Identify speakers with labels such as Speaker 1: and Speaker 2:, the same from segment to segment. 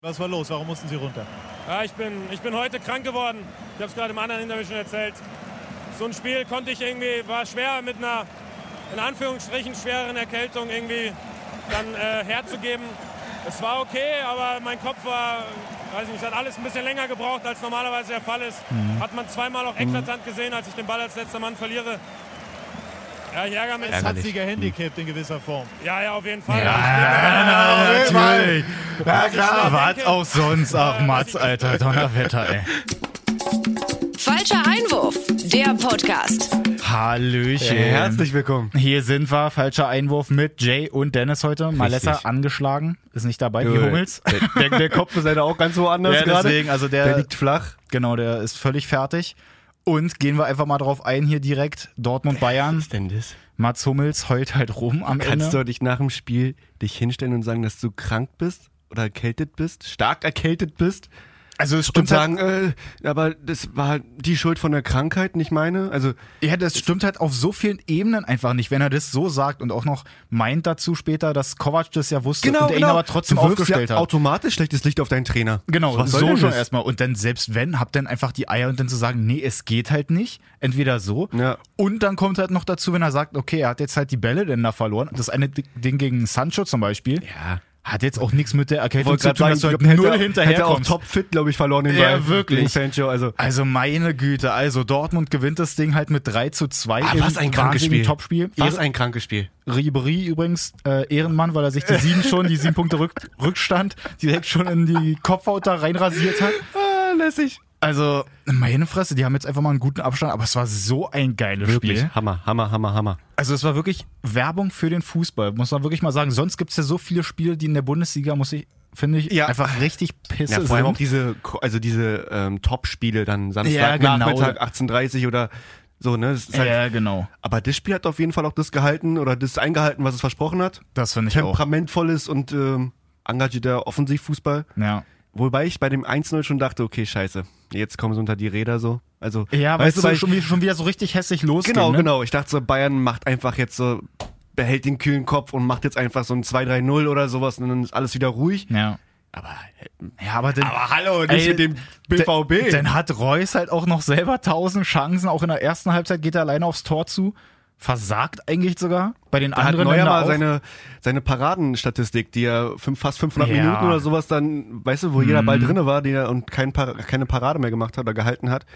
Speaker 1: Was war los? Warum mussten Sie runter?
Speaker 2: Ja, ich, bin, ich bin heute krank geworden. Ich habe es gerade im anderen Interview schon erzählt. So ein Spiel konnte ich irgendwie, war schwer mit einer, in Anführungsstrichen, schwereren Erkältung irgendwie dann äh, herzugeben. Es war okay, aber mein Kopf war, weiß ich nicht, hat alles ein bisschen länger gebraucht, als normalerweise der Fall ist. Hat man zweimal auch eklatant gesehen, als ich den Ball als letzter Mann verliere. Ja, ich ärgere mich.
Speaker 1: Es hat
Speaker 3: Ärgerlich.
Speaker 1: Sie gehandicapt in gewisser Form.
Speaker 2: Ja, ja, auf jeden Fall.
Speaker 3: Ja,
Speaker 4: jeden Fall.
Speaker 3: natürlich. Ja, klar,
Speaker 2: schnell
Speaker 3: was
Speaker 2: denke-
Speaker 3: auch sonst. Ach,
Speaker 2: Ja,
Speaker 3: Mats,
Speaker 2: was
Speaker 3: Alter, Donnerwetter, ey.
Speaker 5: Falscher Einwurf, der Podcast.
Speaker 3: Hallöchen.
Speaker 4: Herzlich willkommen.
Speaker 3: Hier sind wir, falscher Einwurf mit Jay und Dennis heute. Malessa angeschlagen, ist nicht dabei, wie Hummels.
Speaker 4: Äh, Der, der Kopf ist leider auch ganz woanders
Speaker 3: Ja,
Speaker 4: gerade.
Speaker 3: deswegen, also der-
Speaker 4: der liegt flach.
Speaker 3: Genau, der ist völlig fertig. Und gehen wir einfach mal drauf ein hier direkt. Dortmund-Bayern.
Speaker 4: denn das? Genau.
Speaker 3: Mats Hummels heult halt rum am
Speaker 4: Kannst
Speaker 3: Ende.
Speaker 4: du dich nach dem Spiel dich hinstellen und sagen, dass du krank bist oder erkältet bist, stark erkältet bist
Speaker 3: Also es
Speaker 4: und
Speaker 3: stimmt halt,
Speaker 4: sagen, äh, aber das war die Schuld von der Krankheit, nicht meine? Also
Speaker 3: ja, das stimmt halt auf so vielen Ebenen einfach nicht, wenn er das so sagt und auch noch meint dazu später, dass Kovac das ja wusste und er ihn aber trotzdem
Speaker 4: Genau, du wirfst
Speaker 3: aufgestellt
Speaker 4: ja
Speaker 3: hat.
Speaker 4: automatisch schlechtes Licht auf deinen Trainer.
Speaker 3: Genau,
Speaker 4: Was soll
Speaker 3: so
Speaker 4: denn
Speaker 3: schon
Speaker 4: das?
Speaker 3: erstmal. Und dann selbst wenn, habt dann einfach die Eier und dann zu sagen, nee, es geht halt nicht. Entweder so.
Speaker 4: Ja.
Speaker 3: Und dann kommt halt noch dazu, wenn er sagt, okay, er hat jetzt halt die Bälle denn da verloren. Das eine Di- Ding gegen Sancho zum Beispiel.
Speaker 4: Ja.
Speaker 3: Hat jetzt auch nichts mit der Erkältung
Speaker 4: Wollte
Speaker 3: zu tun,
Speaker 4: gerade sagen,
Speaker 3: dass du halt
Speaker 4: ich glaub,
Speaker 3: null
Speaker 4: hätte, hätte auch
Speaker 3: hinterherkommst.
Speaker 4: topfit, glaube ich, verloren den
Speaker 3: Ja,
Speaker 4: Ball.
Speaker 3: wirklich.
Speaker 4: gegen Sancho, also
Speaker 3: Also meine Güte, also Dortmund gewinnt das Ding halt mit 3 zu 2
Speaker 4: Ah,
Speaker 3: im
Speaker 4: was ein krankes
Speaker 3: wahnsinnigen
Speaker 4: Spiel.
Speaker 3: Topspiel.
Speaker 4: was ein krankes Spiel.
Speaker 3: Ribery übrigens äh, Ehrenmann, weil er sich die sieben schon, die sieben Punkte Rück Rückstand direkt schon in die Kopfhaut da reinrasiert hat.
Speaker 4: Ah, lässig.
Speaker 3: Also, meine Fresse, die haben jetzt einfach mal einen guten Abstand, aber es war so ein geiles
Speaker 4: Wirklich.
Speaker 3: Spiel.
Speaker 4: Hammer, Hammer, Hammer, Hammer.
Speaker 3: Also, es war wirklich Werbung für den Fußball, muss man wirklich mal sagen. Sonst gibt es ja so viele Spiele, die in der Bundesliga, muss ich, finde ich,
Speaker 4: Ja.
Speaker 3: einfach richtig pisse
Speaker 4: Ja, vor allem auch diese, Ko- also diese ähm, Top-Spiele dann Samstag,
Speaker 3: Ja, genau.
Speaker 4: Nachmittag, 18.30 oder so, ne? Das ist halt,
Speaker 3: ja, genau.
Speaker 4: Aber das Spiel hat auf jeden Fall auch das gehalten oder das eingehalten, was es versprochen hat.
Speaker 3: Das finde ich auch.
Speaker 4: Temperamentvolles und ähm, engagierter Offensivfußball.
Speaker 3: Ja.
Speaker 4: Wobei ich bei dem 1-0 schon dachte, okay, scheiße, jetzt kommen sie unter die Räder so. Also,
Speaker 3: Ja, weißt, du,
Speaker 4: weil
Speaker 3: weil
Speaker 4: ich-
Speaker 3: schon, wieder- schon wieder so richtig hässlich losgeht.
Speaker 4: Genau,
Speaker 3: ne?
Speaker 4: genau. Ich dachte so, Bayern macht einfach jetzt so, behält den kühlen Kopf und macht jetzt einfach so ein 2-3-0 oder sowas und dann ist alles wieder ruhig.
Speaker 3: Ja. Aber, ja, aber, dann,
Speaker 4: Aber hallo, nicht
Speaker 3: Ey,
Speaker 4: mit dem
Speaker 3: Dann,
Speaker 4: BVB.
Speaker 3: dann hat Reus halt auch noch selber tausend Chancen. Auch in der ersten Halbzeit geht er alleine aufs Tor zu. Versagt eigentlich sogar. Bei den
Speaker 4: da hat
Speaker 3: anderen
Speaker 4: Neuer
Speaker 3: Ländern
Speaker 4: mal
Speaker 3: auch.
Speaker 4: seine, seine Paradenstatistik, die er fünf, fast 500
Speaker 3: Ja. Mhm.
Speaker 4: Minuten oder sowas dann, weißt du, wo jeder Ball drinne war die er, und kein Par keine Parade mehr gemacht hat oder gehalten hat,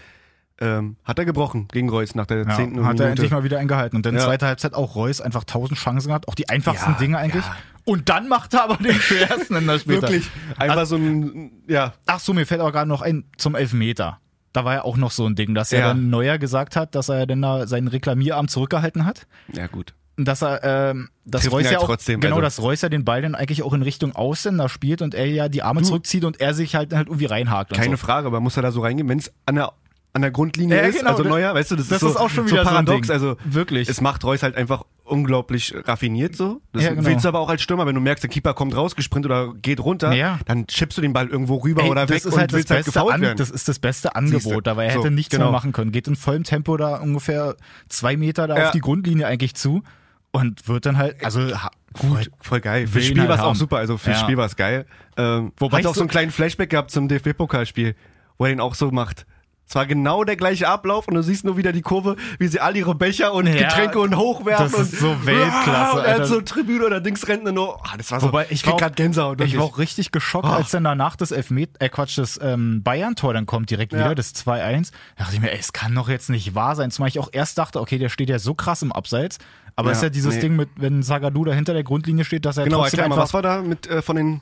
Speaker 4: ähm, hat er gebrochen gegen Reus nach der
Speaker 3: Ja,
Speaker 4: zehnten
Speaker 3: hat er endlich
Speaker 4: Minute.
Speaker 3: mal wieder eingehalten. Und dann
Speaker 4: Ja.
Speaker 3: zweite Halbzeit auch Reus einfach tausend Chancen gehabt, auch die einfachsten
Speaker 4: Ja,
Speaker 3: Dinge eigentlich. Und dann macht er aber den schwersten in der später.
Speaker 4: Wirklich, einfach so ein, ja,
Speaker 3: Ach so, mir fällt aber gerade noch ein zum Elfmeter. Da war ja auch noch so ein Ding, dass ja.
Speaker 4: Ja.
Speaker 3: dann Neuer gesagt hat, dass er ja dann da seinen Reklamierarm zurückgehalten hat.
Speaker 4: ja gut.
Speaker 3: Und dass er, ähm, dass
Speaker 4: Trifft ihn
Speaker 3: Reus ja
Speaker 4: halt
Speaker 3: auch,
Speaker 4: trotzdem,
Speaker 3: genau,
Speaker 4: also.
Speaker 3: dass Reus ja den Ball dann eigentlich auch in Richtung Ausländer spielt und er ja die Arme zurückzieht und er sich halt, halt irgendwie reinhakt. und
Speaker 4: Keine
Speaker 3: so.
Speaker 4: Frage, aber muss er da so reingehen, wenn es an der, an der Grundlinie
Speaker 3: Ja,
Speaker 4: ist,
Speaker 3: genau,
Speaker 4: also
Speaker 3: das-
Speaker 4: neuer, weißt du, das,
Speaker 3: das
Speaker 4: ist, so,
Speaker 3: ist auch schon
Speaker 4: so
Speaker 3: wieder so ein
Speaker 4: paradox,
Speaker 3: Ding.
Speaker 4: also
Speaker 3: Wirklich.
Speaker 4: Es macht Reus halt einfach unglaublich raffiniert so. Das
Speaker 3: Ja, genau.
Speaker 4: willst du aber auch als Stürmer, wenn du merkst, der Keeper kommt rausgesprintet oder geht runter,
Speaker 3: Ja.
Speaker 4: dann chippst du den Ball irgendwo rüber
Speaker 3: Ey,
Speaker 4: oder weg und willst halt
Speaker 3: beste
Speaker 4: gefault
Speaker 3: An-
Speaker 4: werden.
Speaker 3: Das ist das beste Angebot, dabei er
Speaker 4: So,
Speaker 3: hätte nichts
Speaker 4: genau.
Speaker 3: mehr machen können. Geht in vollem Tempo da ungefähr zwei Meter da
Speaker 4: Ja.
Speaker 3: auf die Grundlinie eigentlich zu und wird dann halt, also ha,
Speaker 4: Voll, voll geil.
Speaker 3: will
Speaker 4: Fürs
Speaker 3: ihn
Speaker 4: Spiel
Speaker 3: halt
Speaker 4: war's auch
Speaker 3: haben.
Speaker 4: super, also fürs
Speaker 3: Ja.
Speaker 4: Spiel war's geil. Ähm,
Speaker 3: Wobei
Speaker 4: hat
Speaker 3: ich
Speaker 4: auch so
Speaker 3: so-
Speaker 4: einen kleinen Flashback gehabt zum DFB-Pokalspiel, wo er den auch so macht. Es war genau der gleiche Ablauf und du siehst nur wieder die Kurve, wie sie all ihre Becher und
Speaker 3: Ja,
Speaker 4: Getränke und hochwerfen.
Speaker 3: das
Speaker 4: und,
Speaker 3: ist so Weltklasse,
Speaker 4: Und er
Speaker 3: Alter.
Speaker 4: hat so Tribüne oder Dingsrentner nur. Ah, das war so.
Speaker 3: Wobei, ich
Speaker 4: krieg
Speaker 3: war auch-
Speaker 4: grad Gänsehaut.
Speaker 3: ich
Speaker 4: wirklich.
Speaker 3: war auch richtig geschockt,
Speaker 4: Ah.
Speaker 3: als dann danach das Elfmeter, äh Quatsch, das ähm, Bayern-Tor dann kommt direkt wieder, das 2-1. Da dachte ich mir, ey, es kann doch jetzt nicht wahr sein. Zumal ich auch erst dachte, okay, der steht ja so krass im Abseits. Aber
Speaker 4: Ja,
Speaker 3: ist ja dieses
Speaker 4: nee.
Speaker 3: Ding mit, wenn Sagadu da hinter der Grundlinie steht, dass er
Speaker 4: Genau,
Speaker 3: trotzdem
Speaker 4: erklär mal,
Speaker 3: einfach
Speaker 4: was war da mit äh, von den.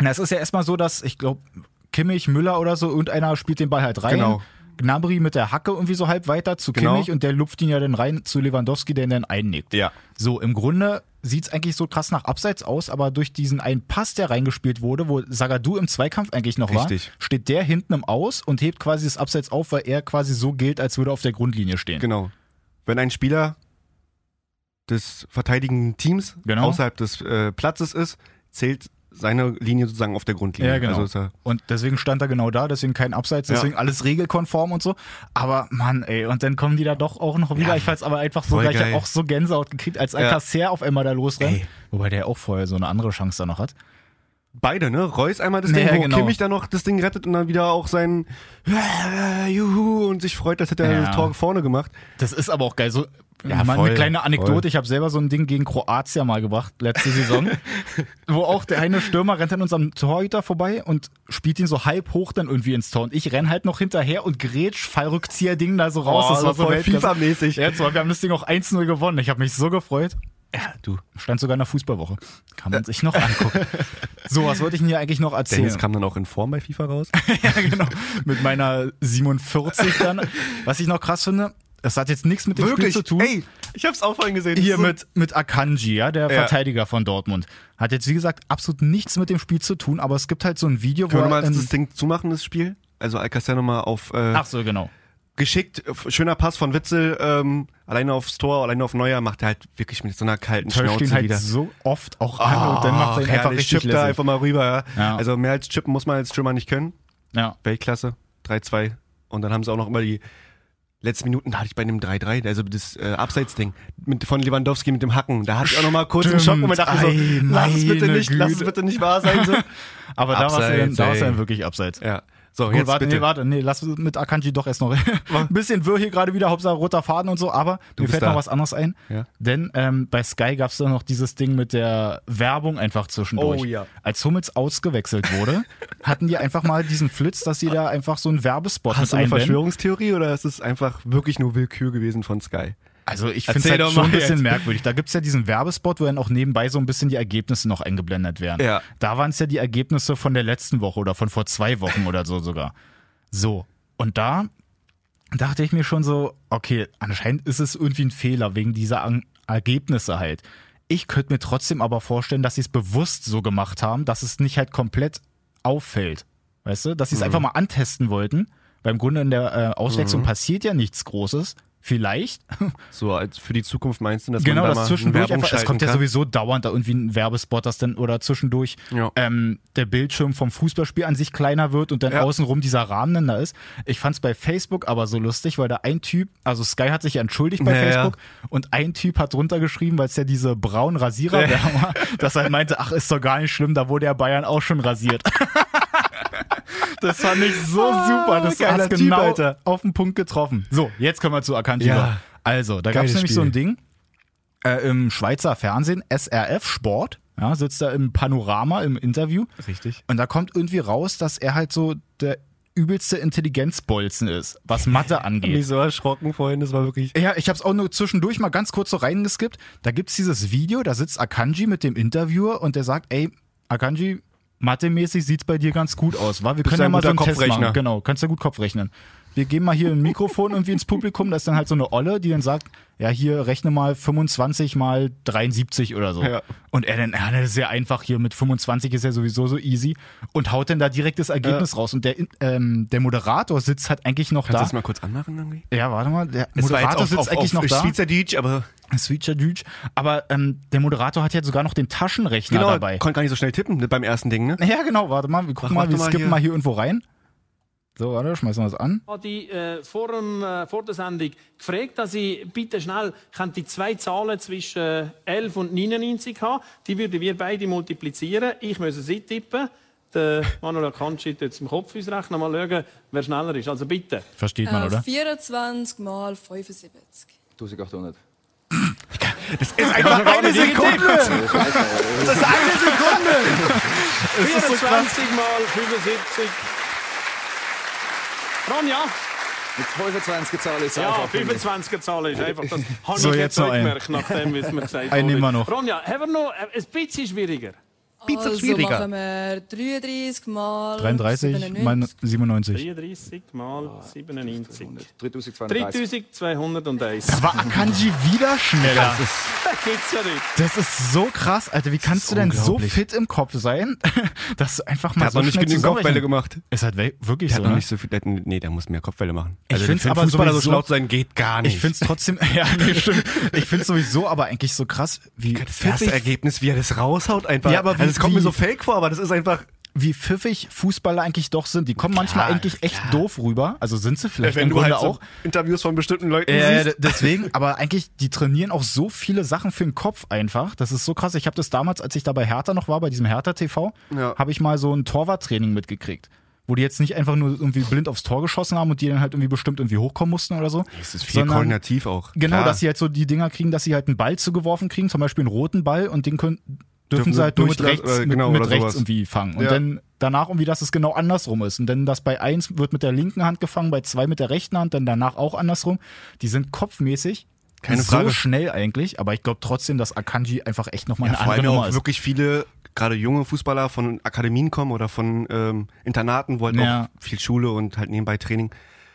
Speaker 3: Na, es ist ja erstmal so, dass ich glaube, Kimmich, Müller oder so, irgendeiner spielt den Ball halt rein.
Speaker 4: Genau.
Speaker 3: Gnabry mit der Hacke irgendwie so halb weiter zu
Speaker 4: Genau.
Speaker 3: Kimmich und der lupft ihn ja dann rein zu Lewandowski, der ihn dann einnickt.
Speaker 4: Ja.
Speaker 3: So, im Grunde sieht's eigentlich so krass nach Abseits aus, aber durch diesen einen Pass, der reingespielt wurde, wo Sagadu im Zweikampf eigentlich noch
Speaker 4: Richtig.
Speaker 3: war, steht der hinten im Aus und hebt quasi das Abseits auf, weil er quasi so gilt, als würde er auf der Grundlinie stehen.
Speaker 4: Genau. Wenn ein Spieler des verteidigenden Teams
Speaker 3: Genau.
Speaker 4: außerhalb des äh, Platzes ist, zählt seine Linie sozusagen auf der Grundlinie.
Speaker 3: Ja, genau.
Speaker 4: Also ist er
Speaker 3: Und deswegen stand er genau da, deswegen kein Abseits,
Speaker 4: Ja.
Speaker 3: deswegen alles regelkonform und so. Aber Mann, ey, und dann kommen die da doch auch noch wieder.
Speaker 4: Ja,
Speaker 3: ich fand's aber einfach so,
Speaker 4: voll
Speaker 3: gleich
Speaker 4: geil.
Speaker 3: auch so Gänsehaut gekriegt, als
Speaker 4: Ja.
Speaker 3: Alcacer auf einmal da losrennt.
Speaker 4: Ey.
Speaker 3: Wobei der auch vorher so eine andere Chance da noch hat.
Speaker 4: beide, ne? Reus einmal das
Speaker 3: Ja,
Speaker 4: Ding, wo
Speaker 3: genau.
Speaker 4: Kimmich dann noch das Ding rettet und dann wieder auch seinen Juhu und sich freut, dass hätte er
Speaker 3: Ja.
Speaker 4: das Tor vorne gemacht.
Speaker 3: Das ist aber auch geil. So,
Speaker 4: Ja,
Speaker 3: mal
Speaker 4: voll,
Speaker 3: eine kleine Anekdote.
Speaker 4: voll.
Speaker 3: Ich habe selber so ein Ding gegen Kroatien mal gebracht, letzte Saison. wo auch der eine Stürmer rennt an unserem Torhüter vorbei und spielt ihn so halb hoch dann irgendwie ins Tor. Und ich renn halt noch hinterher und grätsch Fallrückzieher-Ding da so raus.
Speaker 4: Oh, das war voll
Speaker 3: Weltklasse.
Speaker 4: FIFA-mäßig.
Speaker 3: Ja, zwar, wir haben das Ding auch 1-0 gewonnen. Ich habe mich so gefreut.
Speaker 4: Ja, du.
Speaker 3: Stand sogar in der Fußballwoche. Kann man sich noch angucken. so, was wollte ich denn hier eigentlich noch erzählen?
Speaker 4: Dennis kam dann auch in Form bei FIFA raus.
Speaker 3: ja, genau. Mit meiner 47 dann. Was ich noch krass finde, das hat jetzt nichts mit dem Spiel zu tun.
Speaker 4: Ey, ich hab's auch vorhin gesehen.
Speaker 3: Hier
Speaker 4: Das ist so-
Speaker 3: mit, mit Akanji, ja, der
Speaker 4: Ja.
Speaker 3: Verteidiger von Dortmund. Hat jetzt, wie gesagt, absolut nichts mit dem Spiel zu tun, aber es gibt halt so ein Video, wo
Speaker 4: Können wir mal
Speaker 3: er.
Speaker 4: das
Speaker 3: In,
Speaker 4: Ding zumachen, das Spiel? Also Alcacer mal auf äh,
Speaker 3: ach so, genau.
Speaker 4: geschickt, äh, schöner Pass von Witzel, ähm, alleine aufs Tor, alleine auf Neuer, macht er halt wirklich mit so einer kalten
Speaker 3: Täuscht ihn
Speaker 4: Schnauze
Speaker 3: halt
Speaker 4: wieder.
Speaker 3: so oft auch an und dann macht er ihn
Speaker 4: Ach,
Speaker 3: einfach
Speaker 4: herrlich,
Speaker 3: richtig
Speaker 4: chippt er
Speaker 3: lässig.
Speaker 4: einfach mal rüber. Ja.
Speaker 3: Ja.
Speaker 4: Also mehr als chippen muss man als Stürmer nicht können.
Speaker 3: Ja.
Speaker 4: Weltklasse, 3-2. Und dann haben sie auch noch immer die letzten Minuten, da hatte ich bei einem 3-3, also das äh, Abseitsding mit, von Lewandowski mit dem Hacken. Da hatte ich auch noch mal kurz einen Schock
Speaker 3: Stimmt.
Speaker 4: und mir dachte so,
Speaker 3: Ei,
Speaker 4: lass es bitte
Speaker 3: meine
Speaker 4: nicht, lass es
Speaker 3: Güte.
Speaker 4: bitte nicht wahr sein. So.
Speaker 3: Aber da war's ja dann-
Speaker 4: Abseits,
Speaker 3: da war es
Speaker 4: ey.
Speaker 3: dann wirklich abseits.
Speaker 4: ja. So,
Speaker 3: Gut,
Speaker 4: jetzt
Speaker 3: warte,
Speaker 4: bitte.
Speaker 3: nee, warte, nee, lass mit Akanji doch erst noch. Ein bisschen wirr hier gerade wieder, Hauptsache roter Faden und so, aber mir
Speaker 4: bist
Speaker 3: fällt
Speaker 4: da.
Speaker 3: noch was anderes ein.
Speaker 4: Ja.
Speaker 3: Denn ähm, bei Sky gab es dann noch dieses Ding mit der Werbung einfach zwischendurch.
Speaker 4: Oh ja.
Speaker 3: Als Hummels ausgewechselt wurde, hatten die einfach mal diesen Flitz, dass sie da einfach so einen Werbespot
Speaker 4: Hast du
Speaker 3: mit
Speaker 4: eine
Speaker 3: einblenden.
Speaker 4: Verschwörungstheorie oder ist es einfach wirklich nur Willkür gewesen von Sky?
Speaker 3: Also ich
Speaker 4: Erzähl
Speaker 3: finde es halt
Speaker 4: doch
Speaker 3: schon ein
Speaker 4: mal
Speaker 3: bisschen
Speaker 4: jetzt.
Speaker 3: merkwürdig. Da gibt es ja diesen Werbespot, wo dann auch nebenbei so ein bisschen die Ergebnisse noch eingeblendet werden.
Speaker 4: Ja.
Speaker 3: Da waren es ja die Ergebnisse von der letzten Woche oder von vor zwei Wochen oder so sogar. So, und da dachte ich mir schon so, okay, anscheinend ist es irgendwie ein Fehler wegen dieser An Ergebnisse halt. Ich könnte mir trotzdem aber vorstellen, dass sie es bewusst so gemacht haben, dass es nicht halt komplett auffällt. Weißt du,
Speaker 4: Mhm.
Speaker 3: dass sie es einfach mal antesten wollten. Beim Grunde in der äh, Auswechslung passiert ja nichts Großes. Vielleicht.
Speaker 4: So als für die Zukunft meinst du, dass
Speaker 3: Genau,
Speaker 4: man da
Speaker 3: das
Speaker 4: mal
Speaker 3: zwischendurch
Speaker 4: Werbung
Speaker 3: einfach, es
Speaker 4: schalten
Speaker 3: kommt ja
Speaker 4: kann?
Speaker 3: sowieso dauernd da irgendwie ein Werbespot, das dann oder zwischendurch
Speaker 4: Ja.
Speaker 3: ähm, der Bildschirm vom Fußballspiel an sich kleiner wird und dann
Speaker 4: Ja.
Speaker 3: außenrum dieser Rahmen dann da ist. Ich fand's bei Facebook aber so lustig, weil da ein Typ, also Sky hat sich ja entschuldigt bei
Speaker 4: Ja, ja.
Speaker 3: Facebook und ein Typ hat drunter geschrieben, weil es ja diese braunen Rasierer war, dass er meinte, ach, ist doch gar nicht schlimm, da wurde ja Bayern auch schon rasiert. Das fand ich so super. Das
Speaker 4: Ah, geiler
Speaker 3: hast
Speaker 4: Typ,
Speaker 3: genau
Speaker 4: Alter.
Speaker 3: auf den Punkt getroffen. So, jetzt kommen wir zu Akanji.
Speaker 4: Ja.
Speaker 3: Loch. Also, da gab
Speaker 4: Geiles
Speaker 3: es nämlich so
Speaker 4: Spiel.
Speaker 3: ein Ding äh, im Schweizer Fernsehen, SRF Sport, ja, sitzt da im Panorama im Interview.
Speaker 4: Richtig.
Speaker 3: Und da kommt irgendwie raus, dass er halt so der übelste Intelligenzbolzen ist, was Mathe
Speaker 4: Ich bin
Speaker 3: angeht.
Speaker 4: so erschrocken vorhin, das war wirklich.
Speaker 3: Ja, ich hab's auch nur zwischendurch mal ganz kurz so reingeskippt. Da gibt's dieses Video, da sitzt Akanji mit dem Interviewer und der sagt, ey, Akanji, mathemäßig sieht's bei dir ganz gut aus, wa? Wir können
Speaker 4: ein
Speaker 3: ja mal so einen
Speaker 4: guter
Speaker 3: Test machen.
Speaker 4: Kopfrechner.
Speaker 3: Genau, kannst ja gut Kopf rechnen. Wir geben mal hier ein Mikrofon irgendwie ins Publikum, da ist dann halt so eine Olle, die dann sagt, ja, hier rechne mal 25 mal 73 oder so.
Speaker 4: Ja.
Speaker 3: Und er dann, ja, das ist ja einfach hier mit 25 ist ja sowieso so easy und haut dann da direkt das Ergebnis raus. Und der, ähm, der Moderator sitzt halt eigentlich noch
Speaker 4: Kannst du das
Speaker 3: da.
Speaker 4: mal kurz anmachen irgendwie?
Speaker 3: Ja, warte mal, der Moderator sitzt eigentlich noch da.
Speaker 4: Schweizerdeutsch, aber
Speaker 3: Switcherdütsch. Aber ähm, der Moderator hat ja sogar noch den Taschenrechner
Speaker 4: genau,
Speaker 3: dabei.
Speaker 4: konnte gar nicht so schnell tippen ne, beim ersten Ding, ne?
Speaker 3: Ja, genau, warte mal, wir gucken
Speaker 4: Mach-
Speaker 3: mal,
Speaker 4: mach
Speaker 3: wir
Speaker 4: doch mal
Speaker 3: skippen
Speaker 4: hier.
Speaker 3: mal hier irgendwo rein. So, warte, schmeißen wir das an.
Speaker 6: habe die äh, vor, dem, äh, vor der Sendung gefragt, dass ich bitte schnell könnt die zwei Zahlen zwischen äh, 11 und 99 haben. Die würden wir beide multiplizieren. Ich müsse sie tippen. Der Manuel Akanji tut es im Kopf ausrechnen. Mal schauen, wer schneller ist. Also bitte.
Speaker 3: Versteht man,
Speaker 7: Äh,
Speaker 3: oder?
Speaker 7: 24 mal 75.
Speaker 8: 1800.
Speaker 4: Ist einfach eine Sekunde! Das ist eine Sekunde!
Speaker 6: 24 mal 75. Ronja?
Speaker 8: Mit 25 Zahlen ist es
Speaker 6: Ja,
Speaker 8: einfach.
Speaker 6: 25er Zahl ist einfach das. Habe
Speaker 3: So,
Speaker 6: ich
Speaker 3: jetzt noch einen.
Speaker 6: gemerkt, nachdem wie es mir
Speaker 3: Einen
Speaker 6: gesagt wurde.
Speaker 3: nehmen wir noch.
Speaker 6: Ronja, haben wir noch äh, ein bisschen schwieriger?
Speaker 7: also
Speaker 4: schwieriger.
Speaker 7: machen wir 33 mal
Speaker 3: 33
Speaker 7: 97.
Speaker 3: mal 97.
Speaker 6: 33 mal 97.
Speaker 8: 3230.
Speaker 6: 3201.
Speaker 3: War Akanji wieder schneller?
Speaker 6: Das gibt's ja nicht.
Speaker 3: Das ist so krass, Alter. Wie kannst du denn so fit im Kopf sein, dass du einfach mal
Speaker 4: Der hat
Speaker 3: so
Speaker 4: noch nicht
Speaker 3: schnell
Speaker 4: genügend Kopfbälle
Speaker 3: zusammenrechnen-
Speaker 4: gemacht.
Speaker 3: Ist halt we- wirklich so,
Speaker 4: Der hat noch
Speaker 3: ne?
Speaker 4: nicht so viel. der hat- Nee, der muss mehr Kopfbälle machen.
Speaker 3: Ich find's
Speaker 4: für einen
Speaker 3: aber
Speaker 4: Fußballer so
Speaker 3: sowieso-
Speaker 4: schlau zu sein geht gar nicht.
Speaker 3: Ich find's trotzdem, ja, nee, stimmt. Ich find's sowieso aber eigentlich so krass, wie
Speaker 4: das erste
Speaker 3: 40
Speaker 4: Ergebnis, wie er das raushaut, einfach.
Speaker 3: Ja, aber wie-
Speaker 4: also, es kommt mir
Speaker 3: wie-
Speaker 4: so fake vor, aber das ist einfach
Speaker 3: wie pfiffig Fußballer eigentlich doch sind. Die kommen manchmal eigentlich echt doof rüber. Also sind sie vielleicht
Speaker 4: Wenn
Speaker 3: im
Speaker 4: du
Speaker 3: Grunde
Speaker 4: halt
Speaker 3: auch.
Speaker 4: auch Interviews von bestimmten Leuten
Speaker 3: Äh,
Speaker 4: siehst.
Speaker 3: d- deswegen, aber eigentlich, die trainieren auch so viele Sachen für den Kopf einfach. Das ist so krass. Ich habe das damals, als ich da bei Hertha noch war, bei diesem Hertha TV,
Speaker 4: Ja.
Speaker 3: habe ich mal so ein Torwarttraining mitgekriegt. Wo die jetzt nicht einfach nur irgendwie blind aufs Tor geschossen haben und die dann halt irgendwie bestimmt irgendwie hochkommen mussten oder so.
Speaker 4: Es ist viel
Speaker 3: sondern-
Speaker 4: koordinativ auch.
Speaker 3: Genau,
Speaker 4: Klar.
Speaker 3: dass sie halt so die Dinger kriegen, dass sie halt einen Ball zugeworfen kriegen, zum Beispiel einen roten Ball und den können, dürfen,
Speaker 4: Dürfen
Speaker 3: sie halt nur mit
Speaker 4: durchlassen,
Speaker 3: rechts,
Speaker 4: äh, genau,
Speaker 3: mit, mit
Speaker 4: oder
Speaker 3: rechts
Speaker 4: sowas.
Speaker 3: irgendwie fangen. Und
Speaker 4: Ja.
Speaker 3: dann danach irgendwie, dass es genau andersrum ist. Und dann das bei eins wird mit der linken Hand gefangen, bei zwei mit der rechten Hand, dann danach auch andersrum. Die sind kopfmäßig
Speaker 4: Keine
Speaker 3: so
Speaker 4: Frage.
Speaker 3: schnell eigentlich, aber ich glaube trotzdem, dass Akanji einfach echt nochmal
Speaker 4: Ja,
Speaker 3: mal eine
Speaker 4: vor allem
Speaker 3: andere Nummer
Speaker 4: auch
Speaker 3: ist.
Speaker 4: wirklich viele, gerade junge Fußballer von Akademien kommen oder von ähm, Internaten, wo halt
Speaker 3: Ja.
Speaker 4: auch viel Schule und halt nebenbei Training.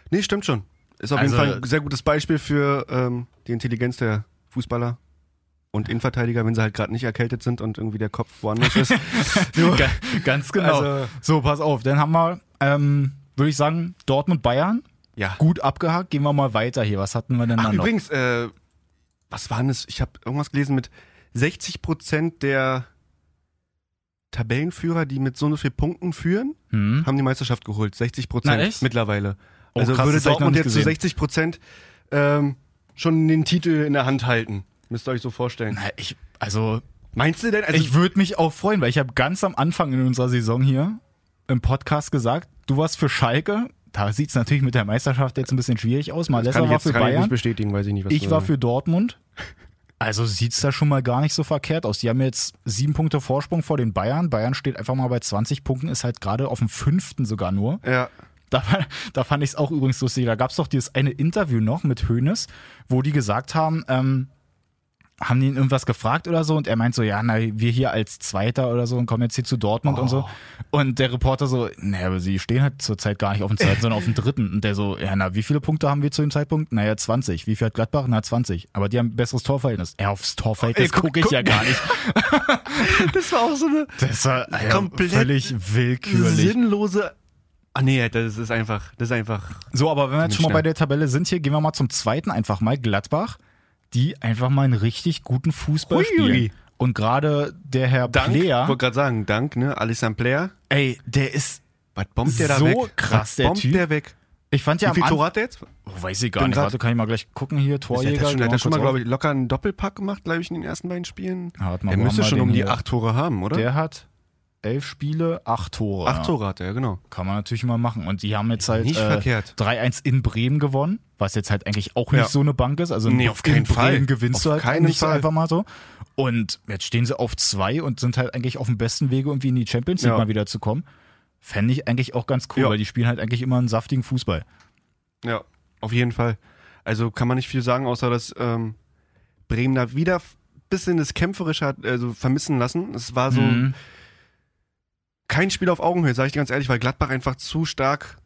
Speaker 4: Nee, stimmt schon. Ist auf
Speaker 3: Also-
Speaker 4: jeden Fall ein sehr gutes Beispiel für ähm, die Intelligenz der Fußballer und Innenverteidiger, wenn sie halt gerade nicht erkältet sind und irgendwie der Kopf woanders ist.
Speaker 3: Ga- Ganz genau.
Speaker 4: Also-
Speaker 3: so, pass auf. Dann haben wir, ähm, würde ich sagen, Dortmund-Bayern.
Speaker 4: Ja.
Speaker 3: Gut abgehakt. Gehen wir mal weiter hier. Was hatten wir denn
Speaker 4: Ach,
Speaker 3: da noch?
Speaker 4: übrigens, äh, was waren das? Ich habe irgendwas gelesen mit 60 Prozent der Tabellenführer, die mit so und so viel Punkten führen,
Speaker 3: Hm?
Speaker 4: haben die Meisterschaft geholt. 60
Speaker 3: Na,
Speaker 4: Prozent
Speaker 3: echt?
Speaker 4: mittlerweile.
Speaker 3: Oh,
Speaker 4: also
Speaker 3: krass,
Speaker 4: würde
Speaker 3: das hab ich noch
Speaker 4: Dortmund
Speaker 3: nicht
Speaker 4: jetzt zu
Speaker 3: gesehen.
Speaker 4: 60 Prozent ähm, schon den Titel in der Hand halten. Müsst ihr euch so vorstellen.
Speaker 3: Na, ich, also,
Speaker 4: Meinst du denn? Also,
Speaker 3: ich würde mich auch freuen, weil ich habe ganz am Anfang in unserer Saison hier im Podcast gesagt, du warst für Schalke. Da sieht es natürlich mit der Meisterschaft jetzt ein bisschen schwierig aus.
Speaker 4: kann
Speaker 3: Malessa
Speaker 4: ich
Speaker 3: war
Speaker 4: jetzt
Speaker 3: für
Speaker 4: kann ich nicht
Speaker 3: Bayern,
Speaker 4: bestätigen, weiß ich nicht, was
Speaker 3: ich
Speaker 4: du
Speaker 3: war
Speaker 4: sagst.
Speaker 3: für Dortmund. Also sieht es da schon mal gar nicht so verkehrt aus. Die haben jetzt sieben Punkte Vorsprung vor den Bayern. Bayern steht einfach mal bei 20 Punkten, ist halt gerade auf dem fünften sogar nur.
Speaker 4: Ja,
Speaker 3: Da, war- da fand ich es auch übrigens lustig. Da gab es doch dieses eine Interview noch mit Hoeneß, wo die gesagt haben, ähm, haben die ihn irgendwas gefragt oder so und er meint so, ja, na, wir hier als Zweiter oder so und kommen jetzt hier zu Dortmund und so.
Speaker 4: Oh.
Speaker 3: Und der Reporter so, naja, aber sie stehen halt zurzeit gar nicht auf dem Zweiten, sondern auf dem Dritten. Und der so, ja, na, wie viele Punkte haben wir zu dem Zeitpunkt? Naja, 20. Wie viel hat Gladbach? Na, 20. Aber die haben ein besseres Torverhältnis. Ja, aufs Torverhältnis
Speaker 4: Ey, guck-
Speaker 3: gucke ich
Speaker 4: guck-
Speaker 3: ja gar nicht.
Speaker 4: das war auch so eine
Speaker 3: Das war ja,
Speaker 4: Komplett
Speaker 3: völlig willkürlich.
Speaker 4: sinnlose... Ah nee, das ist einfach, das ist einfach...
Speaker 3: So, aber wenn wir jetzt
Speaker 4: Ziemlich
Speaker 3: schon mal
Speaker 4: schnell.
Speaker 3: bei der Tabelle sind hier, gehen wir mal zum zweiten einfach mal, Gladbach, die einfach mal einen richtig guten Fußball
Speaker 4: Hui, hui.
Speaker 3: spielen. Und gerade der Herr
Speaker 4: Dank, ich
Speaker 3: Player,
Speaker 4: wollte gerade sagen, Dank, ne? Alessandro Player,
Speaker 3: ey, der ist,
Speaker 4: was bombt der da
Speaker 3: So
Speaker 4: weg?
Speaker 3: krass,
Speaker 4: was
Speaker 3: der
Speaker 4: bombt
Speaker 3: Typ.
Speaker 4: der weg?
Speaker 3: ich fand ja
Speaker 4: Wie
Speaker 3: am
Speaker 4: viel Tore
Speaker 3: Anfang,
Speaker 4: hat der jetzt?
Speaker 3: oh, weiß ich gar
Speaker 4: Bin
Speaker 3: nicht,
Speaker 4: grad-
Speaker 3: warte, kann ich mal gleich gucken hier,
Speaker 4: Der
Speaker 3: Torjäger.
Speaker 4: hat schon, der hat ja schon mal, glaube
Speaker 3: glaube
Speaker 4: ich, locker einen Doppelpack gemacht, glaube ich, in den ersten beiden Spielen.
Speaker 3: Ja, warte mal,
Speaker 4: der
Speaker 3: wo
Speaker 4: müsste
Speaker 3: haben wir
Speaker 4: schon
Speaker 3: den
Speaker 4: um die
Speaker 3: hier?
Speaker 4: acht Tore haben, oder?
Speaker 3: Der hat elf Spiele, acht Tore.
Speaker 4: acht
Speaker 3: ja.
Speaker 4: Tore hat er, genau.
Speaker 3: Kann man natürlich mal machen. Und die haben jetzt halt
Speaker 4: Nicht
Speaker 3: äh,
Speaker 4: verkehrt.
Speaker 3: 3-1 in Bremen gewonnen, was jetzt halt eigentlich auch nicht
Speaker 4: Ja.
Speaker 3: so eine Bank ist. Also
Speaker 4: Nee,
Speaker 3: in
Speaker 4: auf keinen
Speaker 3: Bremen
Speaker 4: Fall.
Speaker 3: gewinnst
Speaker 4: Auf
Speaker 3: du halt
Speaker 4: keinen
Speaker 3: nicht so
Speaker 4: Fall.
Speaker 3: einfach mal so. Und jetzt stehen sie auf zwei und sind halt eigentlich auf dem besten Wege, irgendwie in die Champions League
Speaker 4: Ja.
Speaker 3: mal wieder zu kommen. Fände ich eigentlich auch ganz cool,
Speaker 4: Ja.
Speaker 3: weil die spielen halt eigentlich immer einen saftigen Fußball.
Speaker 4: Ja, auf jeden Fall. Also kann man nicht viel sagen, außer dass ähm, Bremen da wieder ein bisschen das Kämpferische hat also vermissen lassen. Es war so
Speaker 3: Mhm.
Speaker 4: kein Spiel auf Augenhöhe, sage ich dir ganz ehrlich, weil Gladbach einfach zu stark.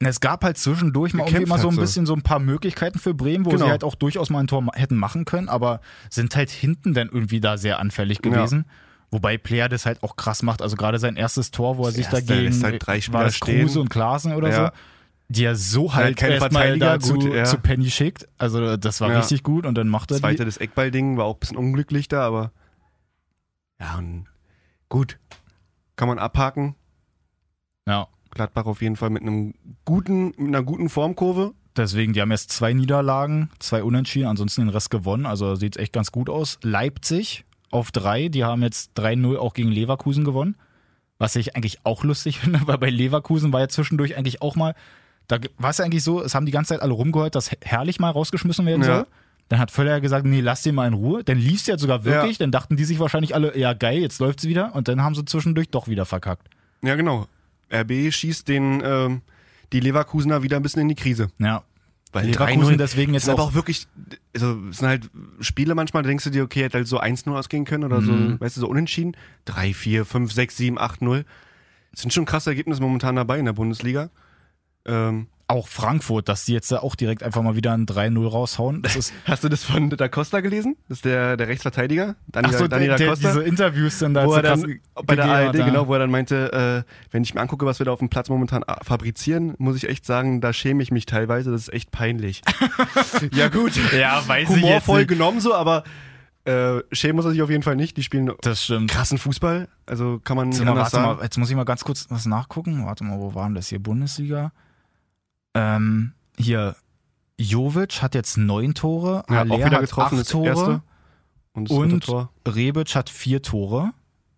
Speaker 3: Es gab halt zwischendurch mal irgendwie
Speaker 4: Gekämpft
Speaker 3: mal so ein
Speaker 4: hat sie.
Speaker 3: bisschen so ein paar Möglichkeiten für Bremen, wo
Speaker 4: Genau.
Speaker 3: sie halt auch durchaus mal ein Tor ma- hätten machen können, aber sind halt hinten dann irgendwie da sehr anfällig
Speaker 4: Ja.
Speaker 3: gewesen. Wobei Player das halt auch krass macht. Also gerade sein erstes Tor, wo er
Speaker 4: Das
Speaker 3: sich
Speaker 4: erste,
Speaker 3: dagegen
Speaker 4: lässt halt drei Spieler
Speaker 3: war das
Speaker 4: stehen.
Speaker 3: Kruse und Klaasen oder
Speaker 4: Ja.
Speaker 3: so, die er so halt
Speaker 4: kein
Speaker 3: erstmal
Speaker 4: Verteidiger,
Speaker 3: da zu,
Speaker 4: gut, ja.
Speaker 3: zu Penny schickt. Also das war
Speaker 4: Ja.
Speaker 3: richtig gut und dann macht er
Speaker 4: Zweite
Speaker 3: die.
Speaker 4: das Eckballding war auch ein bisschen unglücklich da, aber ja, und gut. Kann man abhaken.
Speaker 3: Ja.
Speaker 4: Gladbach auf jeden Fall mit einem guten, mit einer guten Formkurve.
Speaker 3: Deswegen, die haben jetzt zwei Niederlagen, zwei Unentschieden, ansonsten den Rest gewonnen. Also sieht echt ganz gut aus. Leipzig auf drei, die haben jetzt 3-0 auch gegen Leverkusen gewonnen. Was ich eigentlich auch lustig finde, weil bei Leverkusen war ja zwischendurch eigentlich auch mal, da ge- war es ja eigentlich so, es haben die ganze Zeit alle rumgeheult, dass Her- Herrlich mal rausgeschmissen werden
Speaker 4: Ja.
Speaker 3: soll. Dann hat Völler ja gesagt, nee, lass den mal in Ruhe. Dann lief es ja sogar wirklich, dann dachten die sich wahrscheinlich alle, ja geil, jetzt läuft's wieder. Und dann haben sie zwischendurch doch wieder verkackt.
Speaker 4: Ja, genau. RB schießt den, ähm, die Leverkusener wieder ein bisschen in die Krise.
Speaker 3: Ja.
Speaker 4: Weil
Speaker 3: Leverkusen
Speaker 4: 3-0
Speaker 3: deswegen jetzt
Speaker 4: ist aber
Speaker 3: auch-
Speaker 4: auch wirklich, also es sind halt Spiele manchmal, da denkst du dir, okay, hätte halt so 1-0 ausgehen können oder so, weißt du, so unentschieden. 3, 4, 5, 6, 7, 8-0. Das sind schon krasse Ergebnisse momentan dabei in der Bundesliga. Ähm,
Speaker 3: Auch Frankfurt, dass die jetzt da auch direkt einfach mal wieder ein 3-0 raushauen. Das ist
Speaker 4: hast du das von Da Costa gelesen? Das ist der, der Rechtsverteidiger, Dani,
Speaker 3: Ach so,
Speaker 4: Dani
Speaker 3: der,
Speaker 4: Da
Speaker 3: der,
Speaker 4: Costa.
Speaker 3: diese Interviews dann da
Speaker 4: wo
Speaker 3: so
Speaker 4: er
Speaker 3: krass
Speaker 4: dann bei der
Speaker 3: gegeben
Speaker 4: ARD,
Speaker 3: hat, ja.
Speaker 4: genau, wo er dann meinte, äh, wenn ich mir angucke, was wir da auf dem Platz momentan a- fabrizieren, muss ich echt sagen, da schäme ich mich teilweise, das ist echt peinlich. ja gut,
Speaker 3: Ja, weiß ich jetzt
Speaker 4: humorvoll
Speaker 3: nicht.
Speaker 4: genommen so, aber Äh, schämen muss er sich auf jeden Fall nicht. Die spielen
Speaker 3: Das stimmt.
Speaker 4: krassen Fußball. Also kann man nicht
Speaker 3: Warte mal,
Speaker 4: anders
Speaker 3: warte
Speaker 4: sagen.
Speaker 3: mal, jetzt muss ich mal ganz kurz was nachgucken. Warte mal, wo waren das hier? Bundesliga. Ähm, hier, Jovic hat jetzt neun Tore,
Speaker 4: Ja,
Speaker 3: Haller
Speaker 4: auch wieder
Speaker 3: hat
Speaker 4: getroffen,
Speaker 3: acht
Speaker 4: das
Speaker 3: Tore
Speaker 4: erste Und, das dritte
Speaker 3: und
Speaker 4: Tor.
Speaker 3: Rebic hat vier Tore.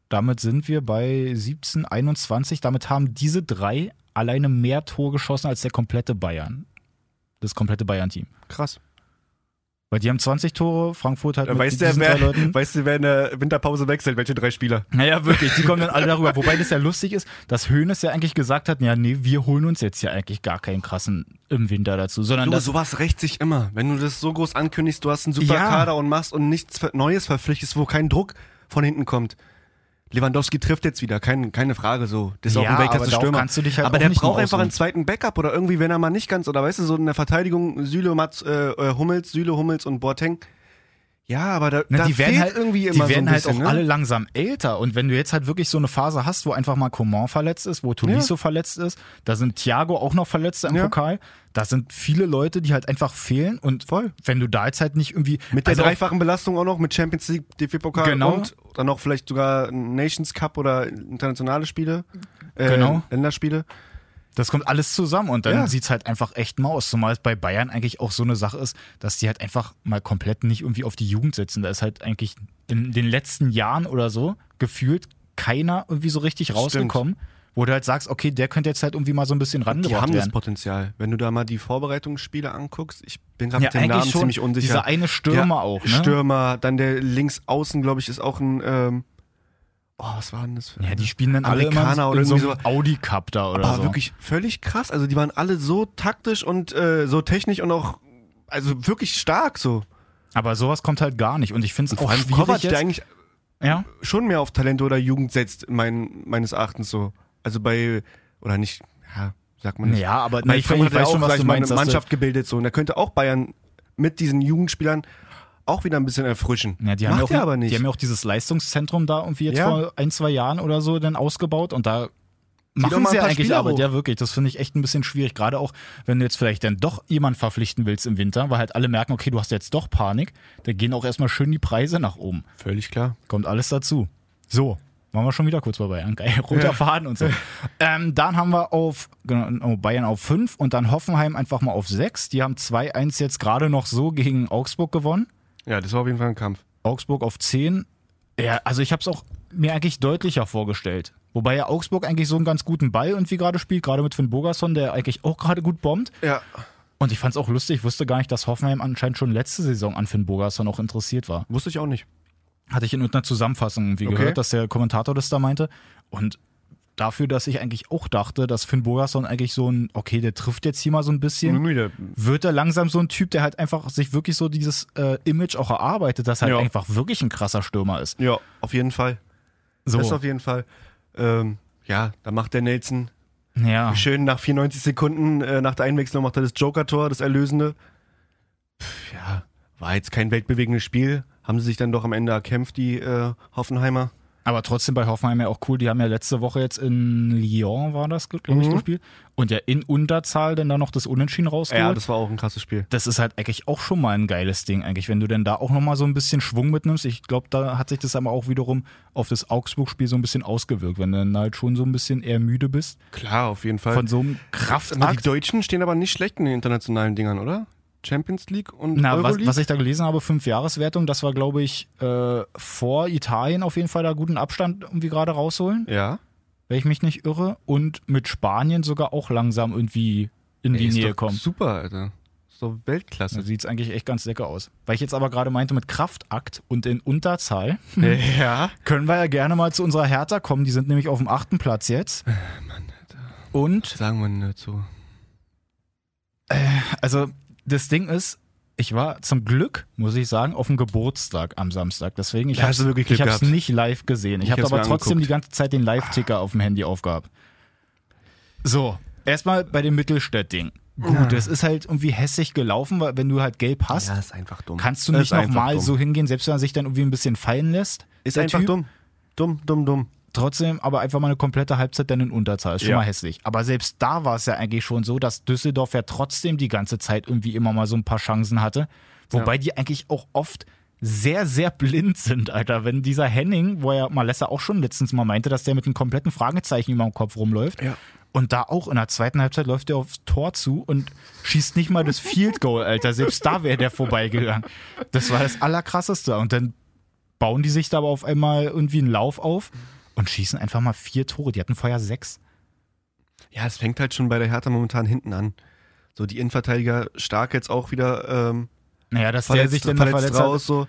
Speaker 3: Damit sind wir bei 17, 21. Damit haben diese drei alleine mehr Tore geschossen als der komplette Bayern. Das komplette Bayern-Team.
Speaker 4: Krass.
Speaker 3: Weil die haben 20 Tore, Frankfurt hat mit
Speaker 4: Äh, Weißt du,
Speaker 3: diesen drei Leuten.
Speaker 4: wer, weißt du, wer in der Winterpause wechselt? Welche drei Spieler?
Speaker 3: Naja, wirklich, die kommen dann alle darüber. Wobei das ja lustig ist, dass Hönes ja eigentlich gesagt hat, ja, nee, wir holen uns jetzt ja eigentlich gar keinen krassen im Winter dazu, sondern
Speaker 4: Du,
Speaker 3: das,
Speaker 4: sowas rächt sich immer. Wenn du das so groß ankündigst, du hast einen super
Speaker 3: Ja.
Speaker 4: Kader und machst und nichts Ver- Neues verpflichtest, wo kein Druck von hinten kommt. Lewandowski trifft jetzt wieder, kein, keine Frage so. Das
Speaker 3: Ja,
Speaker 4: ist auch ein
Speaker 3: aber darauf
Speaker 4: Weltklasse-Stürmer.
Speaker 3: kannst du dich halt
Speaker 4: aber
Speaker 3: auch
Speaker 4: der
Speaker 3: nicht
Speaker 4: braucht
Speaker 3: nur
Speaker 4: einfach
Speaker 3: ausruhen.
Speaker 4: einen zweiten Backup oder irgendwie, wenn er mal nicht ganz, oder weißt du, so in der Verteidigung Süle, Mats, äh, äh, Hummels, Süle, Hummels und Boateng. Ja, aber da,
Speaker 3: ne,
Speaker 4: da
Speaker 3: die werden
Speaker 4: fehlt
Speaker 3: halt
Speaker 4: irgendwie
Speaker 3: die
Speaker 4: immer
Speaker 3: werden
Speaker 4: so ein
Speaker 3: halt
Speaker 4: bisschen,
Speaker 3: auch
Speaker 4: ne?
Speaker 3: alle langsam älter. Und wenn du jetzt halt wirklich so eine Phase hast, wo einfach mal Coman verletzt ist, wo Tolisso verletzt ist, da sind Thiago auch noch verletzt im
Speaker 4: Ja.
Speaker 3: Pokal, da sind viele Leute, die halt einfach fehlen. Und
Speaker 4: Voll.
Speaker 3: wenn du da jetzt halt nicht irgendwie
Speaker 4: Mit der
Speaker 3: also auch-
Speaker 4: dreifachen Belastung auch noch, mit Champions League, DFB-Pokal
Speaker 3: Genau.
Speaker 4: und dann auch vielleicht sogar Nations Cup oder internationale Spiele, äh,
Speaker 3: Genau.
Speaker 4: Länderspiele.
Speaker 3: Das kommt alles zusammen und dann
Speaker 4: Ja.
Speaker 3: sieht's halt einfach echt mal aus. Zumal es bei Bayern eigentlich auch so eine Sache ist, dass die halt einfach mal komplett nicht irgendwie auf die Jugend setzen. Da ist halt eigentlich in den letzten Jahren oder so gefühlt keiner irgendwie so richtig rausgekommen, wo du halt sagst, okay, der könnte jetzt halt irgendwie mal so ein bisschen
Speaker 4: Die
Speaker 3: rangebracht
Speaker 4: haben das
Speaker 3: werden.
Speaker 4: Potenzial. Wenn du da mal die Vorbereitungsspiele anguckst, ich bin gerade
Speaker 3: Ja,
Speaker 4: mit dem
Speaker 3: eigentlich
Speaker 4: Namen
Speaker 3: schon.
Speaker 4: ziemlich unsicher.
Speaker 3: Dieser eine Stürmer auch, ne?
Speaker 4: Stürmer, dann der Linksaußen, glaube ich, ist auch ein. Ähm, oh, was war denn das? Für
Speaker 3: Ja, die spielen dann alle immer
Speaker 4: Amerikaner
Speaker 3: in
Speaker 4: oder
Speaker 3: so
Speaker 4: irgendwie
Speaker 3: einem Audi Cup da oder
Speaker 4: Aber
Speaker 3: so.
Speaker 4: wirklich völlig krass. Also die waren alle so taktisch und äh, so technisch und auch also wirklich stark so.
Speaker 3: Aber sowas kommt halt gar nicht und ich finde es auch schwierig
Speaker 4: Kovac,
Speaker 3: jetzt.
Speaker 4: der eigentlich
Speaker 3: ja?
Speaker 4: schon mehr auf Talente oder Jugend setzt, mein, meines Erachtens so. Also bei, oder nicht, ja, sagt man nicht.
Speaker 3: Ja, aber
Speaker 4: bei
Speaker 3: nee, ich,
Speaker 4: Freiburg
Speaker 3: ich
Speaker 4: hat er
Speaker 3: weiß
Speaker 4: auch,
Speaker 3: schon,
Speaker 4: sag
Speaker 3: was du
Speaker 4: ich mal,
Speaker 3: meinst.
Speaker 4: eine
Speaker 3: dass du-
Speaker 4: Mannschaft gebildet so. Und da könnte auch Bayern mit diesen Jugendspielern auch wieder ein bisschen erfrischen.
Speaker 3: Ja, die haben
Speaker 4: Macht
Speaker 3: ja auch,
Speaker 4: er aber nicht.
Speaker 3: Die haben ja auch dieses Leistungszentrum da irgendwie jetzt
Speaker 4: Ja.
Speaker 3: vor ein, zwei Jahren oder so dann ausgebaut und da
Speaker 4: doch
Speaker 3: machen
Speaker 4: mal
Speaker 3: sie ja
Speaker 4: ein paar
Speaker 3: eigentlich
Speaker 4: Spieler
Speaker 3: Arbeit.
Speaker 4: hoch.
Speaker 3: Ja, wirklich. Das finde ich echt ein bisschen schwierig. Gerade auch, wenn du jetzt vielleicht dann doch jemanden verpflichten willst im Winter, weil halt alle merken, okay, du hast jetzt doch Panik, da gehen auch erstmal schön die Preise nach oben.
Speaker 4: Völlig klar.
Speaker 3: Kommt alles dazu. So. Waren wir schon wieder kurz bei Bayern. Geil, roter Faden und so. Ähm, dann haben wir auf genau, oh, Bayern auf 5 und dann Hoffenheim einfach mal auf 6. Die haben 2-1 jetzt gerade noch so gegen Augsburg gewonnen.
Speaker 4: Ja, das war auf jeden Fall ein Kampf.
Speaker 3: Augsburg auf 10. Ja, also ich habe es auch mir eigentlich deutlicher vorgestellt. Wobei ja Augsburg eigentlich so einen ganz guten Ball irgendwie gerade spielt, gerade mit Finn Bogerson, der eigentlich auch gerade gut bombt.
Speaker 4: Ja.
Speaker 3: Und ich fand es auch lustig, ich wusste gar nicht, dass Hoffenheim anscheinend schon letzte Saison an Finn Bogerson auch interessiert war.
Speaker 4: Wusste ich auch nicht.
Speaker 3: Hatte ich in irgendeiner Zusammenfassung irgendwie
Speaker 4: Okay.
Speaker 3: gehört, dass der Kommentator das da meinte. Und dafür, dass ich eigentlich auch dachte, dass Finn Bogerson eigentlich so ein, okay, der trifft jetzt hier mal so ein bisschen
Speaker 4: Müde.
Speaker 3: wird er langsam so ein Typ, der halt einfach sich wirklich so dieses äh, Image auch erarbeitet, dass er halt
Speaker 4: Ja.
Speaker 3: einfach wirklich ein krasser Stürmer ist.
Speaker 4: Ja, auf jeden Fall.
Speaker 3: So,
Speaker 4: Das auf jeden Fall. Ähm, ja, da macht der Nelson
Speaker 3: ja.
Speaker 4: schön nach 94 Sekunden äh, nach der Einwechslung macht er das Joker-Tor, das Erlösende. Pff, ja, war jetzt kein weltbewegendes Spiel. Haben sie sich dann doch am Ende erkämpft, die äh, Hoffenheimer.
Speaker 3: Aber trotzdem bei Hoffenheim ja auch cool. Die haben ja letzte Woche jetzt in Lyon, war das, glaube
Speaker 4: Mhm.
Speaker 3: ich, das Spiel. Und ja in Unterzahl dann da noch das Unentschieden rausgeholt.
Speaker 4: Ja,
Speaker 3: das,
Speaker 4: das war auch ein krasses Spiel.
Speaker 3: ist halt eigentlich auch schon mal ein geiles Ding, eigentlich, wenn du denn da auch nochmal so ein bisschen Schwung mitnimmst. Ich glaube, da hat sich das aber auch wiederum auf das Augsburg-Spiel so ein bisschen ausgewirkt, wenn du dann halt schon so ein bisschen eher müde bist
Speaker 4: Klar, auf jeden Fall.
Speaker 3: von so einem
Speaker 4: Na, die
Speaker 3: Kraftakt.
Speaker 4: Deutschen stehen aber nicht schlecht in den internationalen Dingern, oder? Champions League und
Speaker 3: Na, was,
Speaker 4: Euroleague?
Speaker 3: was ich da gelesen habe, fünf Jahreswertung, das war, glaube ich, äh, vor Italien auf jeden Fall da guten Abstand irgendwie gerade rausholen,
Speaker 4: ja.
Speaker 3: wenn ich mich nicht irre. Und mit Spanien sogar auch langsam irgendwie in die
Speaker 4: Ey, ist
Speaker 3: Nähe
Speaker 4: doch
Speaker 3: kommen.
Speaker 4: Super, Alter. Ist doch
Speaker 3: Da
Speaker 4: Weltklasse.
Speaker 3: sieht es eigentlich echt ganz lecker aus. Weil ich jetzt aber gerade meinte, mit Kraftakt und in Unterzahl
Speaker 4: ja.
Speaker 3: können wir ja gerne mal zu unserer Hertha kommen. Die sind nämlich auf dem achten Platz
Speaker 4: Äh,
Speaker 3: jetzt. Und,
Speaker 4: Sagen wir nicht so.
Speaker 3: also, das Ding ist, ich war zum Glück, muss ich sagen, auf dem Geburtstag am Samstag. Deswegen, ich
Speaker 4: Da hast du
Speaker 3: habe
Speaker 4: wirklich Glück
Speaker 3: es
Speaker 4: gehabt.
Speaker 3: nicht live gesehen. Ich,
Speaker 4: Ich
Speaker 3: habe
Speaker 4: hab's
Speaker 3: aber
Speaker 4: mir
Speaker 3: trotzdem
Speaker 4: angeguckt.
Speaker 3: die ganze Zeit den Live-Ticker auf dem Handy aufgehabt. So, erstmal bei dem Mittelstädt-Ding. Gut, das ist halt irgendwie hässlich gelaufen, weil wenn du halt gelb hast,
Speaker 4: ist einfach dumm.
Speaker 3: kannst du
Speaker 4: Das
Speaker 3: nicht
Speaker 4: ist einfach
Speaker 3: nochmal
Speaker 4: dumm.
Speaker 3: so hingehen, selbst wenn er sich dann irgendwie ein bisschen fallen lässt.
Speaker 4: Ist
Speaker 3: der
Speaker 4: einfach
Speaker 3: Typ.
Speaker 4: dumm. Dumm, dumm, dumm.
Speaker 3: Trotzdem aber einfach mal eine komplette Halbzeit dann in Unterzahl. Ist schon
Speaker 4: Ja.
Speaker 3: mal hässlich. Aber selbst da war es ja eigentlich schon so, dass Düsseldorf ja trotzdem die ganze Zeit irgendwie immer mal so ein paar Chancen hatte. Wobei die eigentlich auch oft sehr, sehr blind sind, Alter. Wenn dieser Henning, wo ja Malessa auch schon letztens mal meinte, dass der mit einem kompletten Fragezeichen über dem Kopf rumläuft. Und da auch in der zweiten Halbzeit läuft er aufs Tor zu und schießt nicht mal das Field Goal, Alter. Selbst da wäre der vorbeigegangen. Das war das Allerkrasseste. Und dann bauen die sich da aber auf einmal irgendwie einen Lauf auf und schießen einfach mal vier Tore. Die hatten vorher sechs.
Speaker 4: Ja, es fängt halt schon bei der Hertha momentan hinten an. So die Innenverteidiger stark jetzt auch wieder ähm,
Speaker 3: Naja, dass
Speaker 4: verletzt,
Speaker 3: der sich dann da
Speaker 4: verletzt,
Speaker 3: verletzt hat.
Speaker 4: raus. So.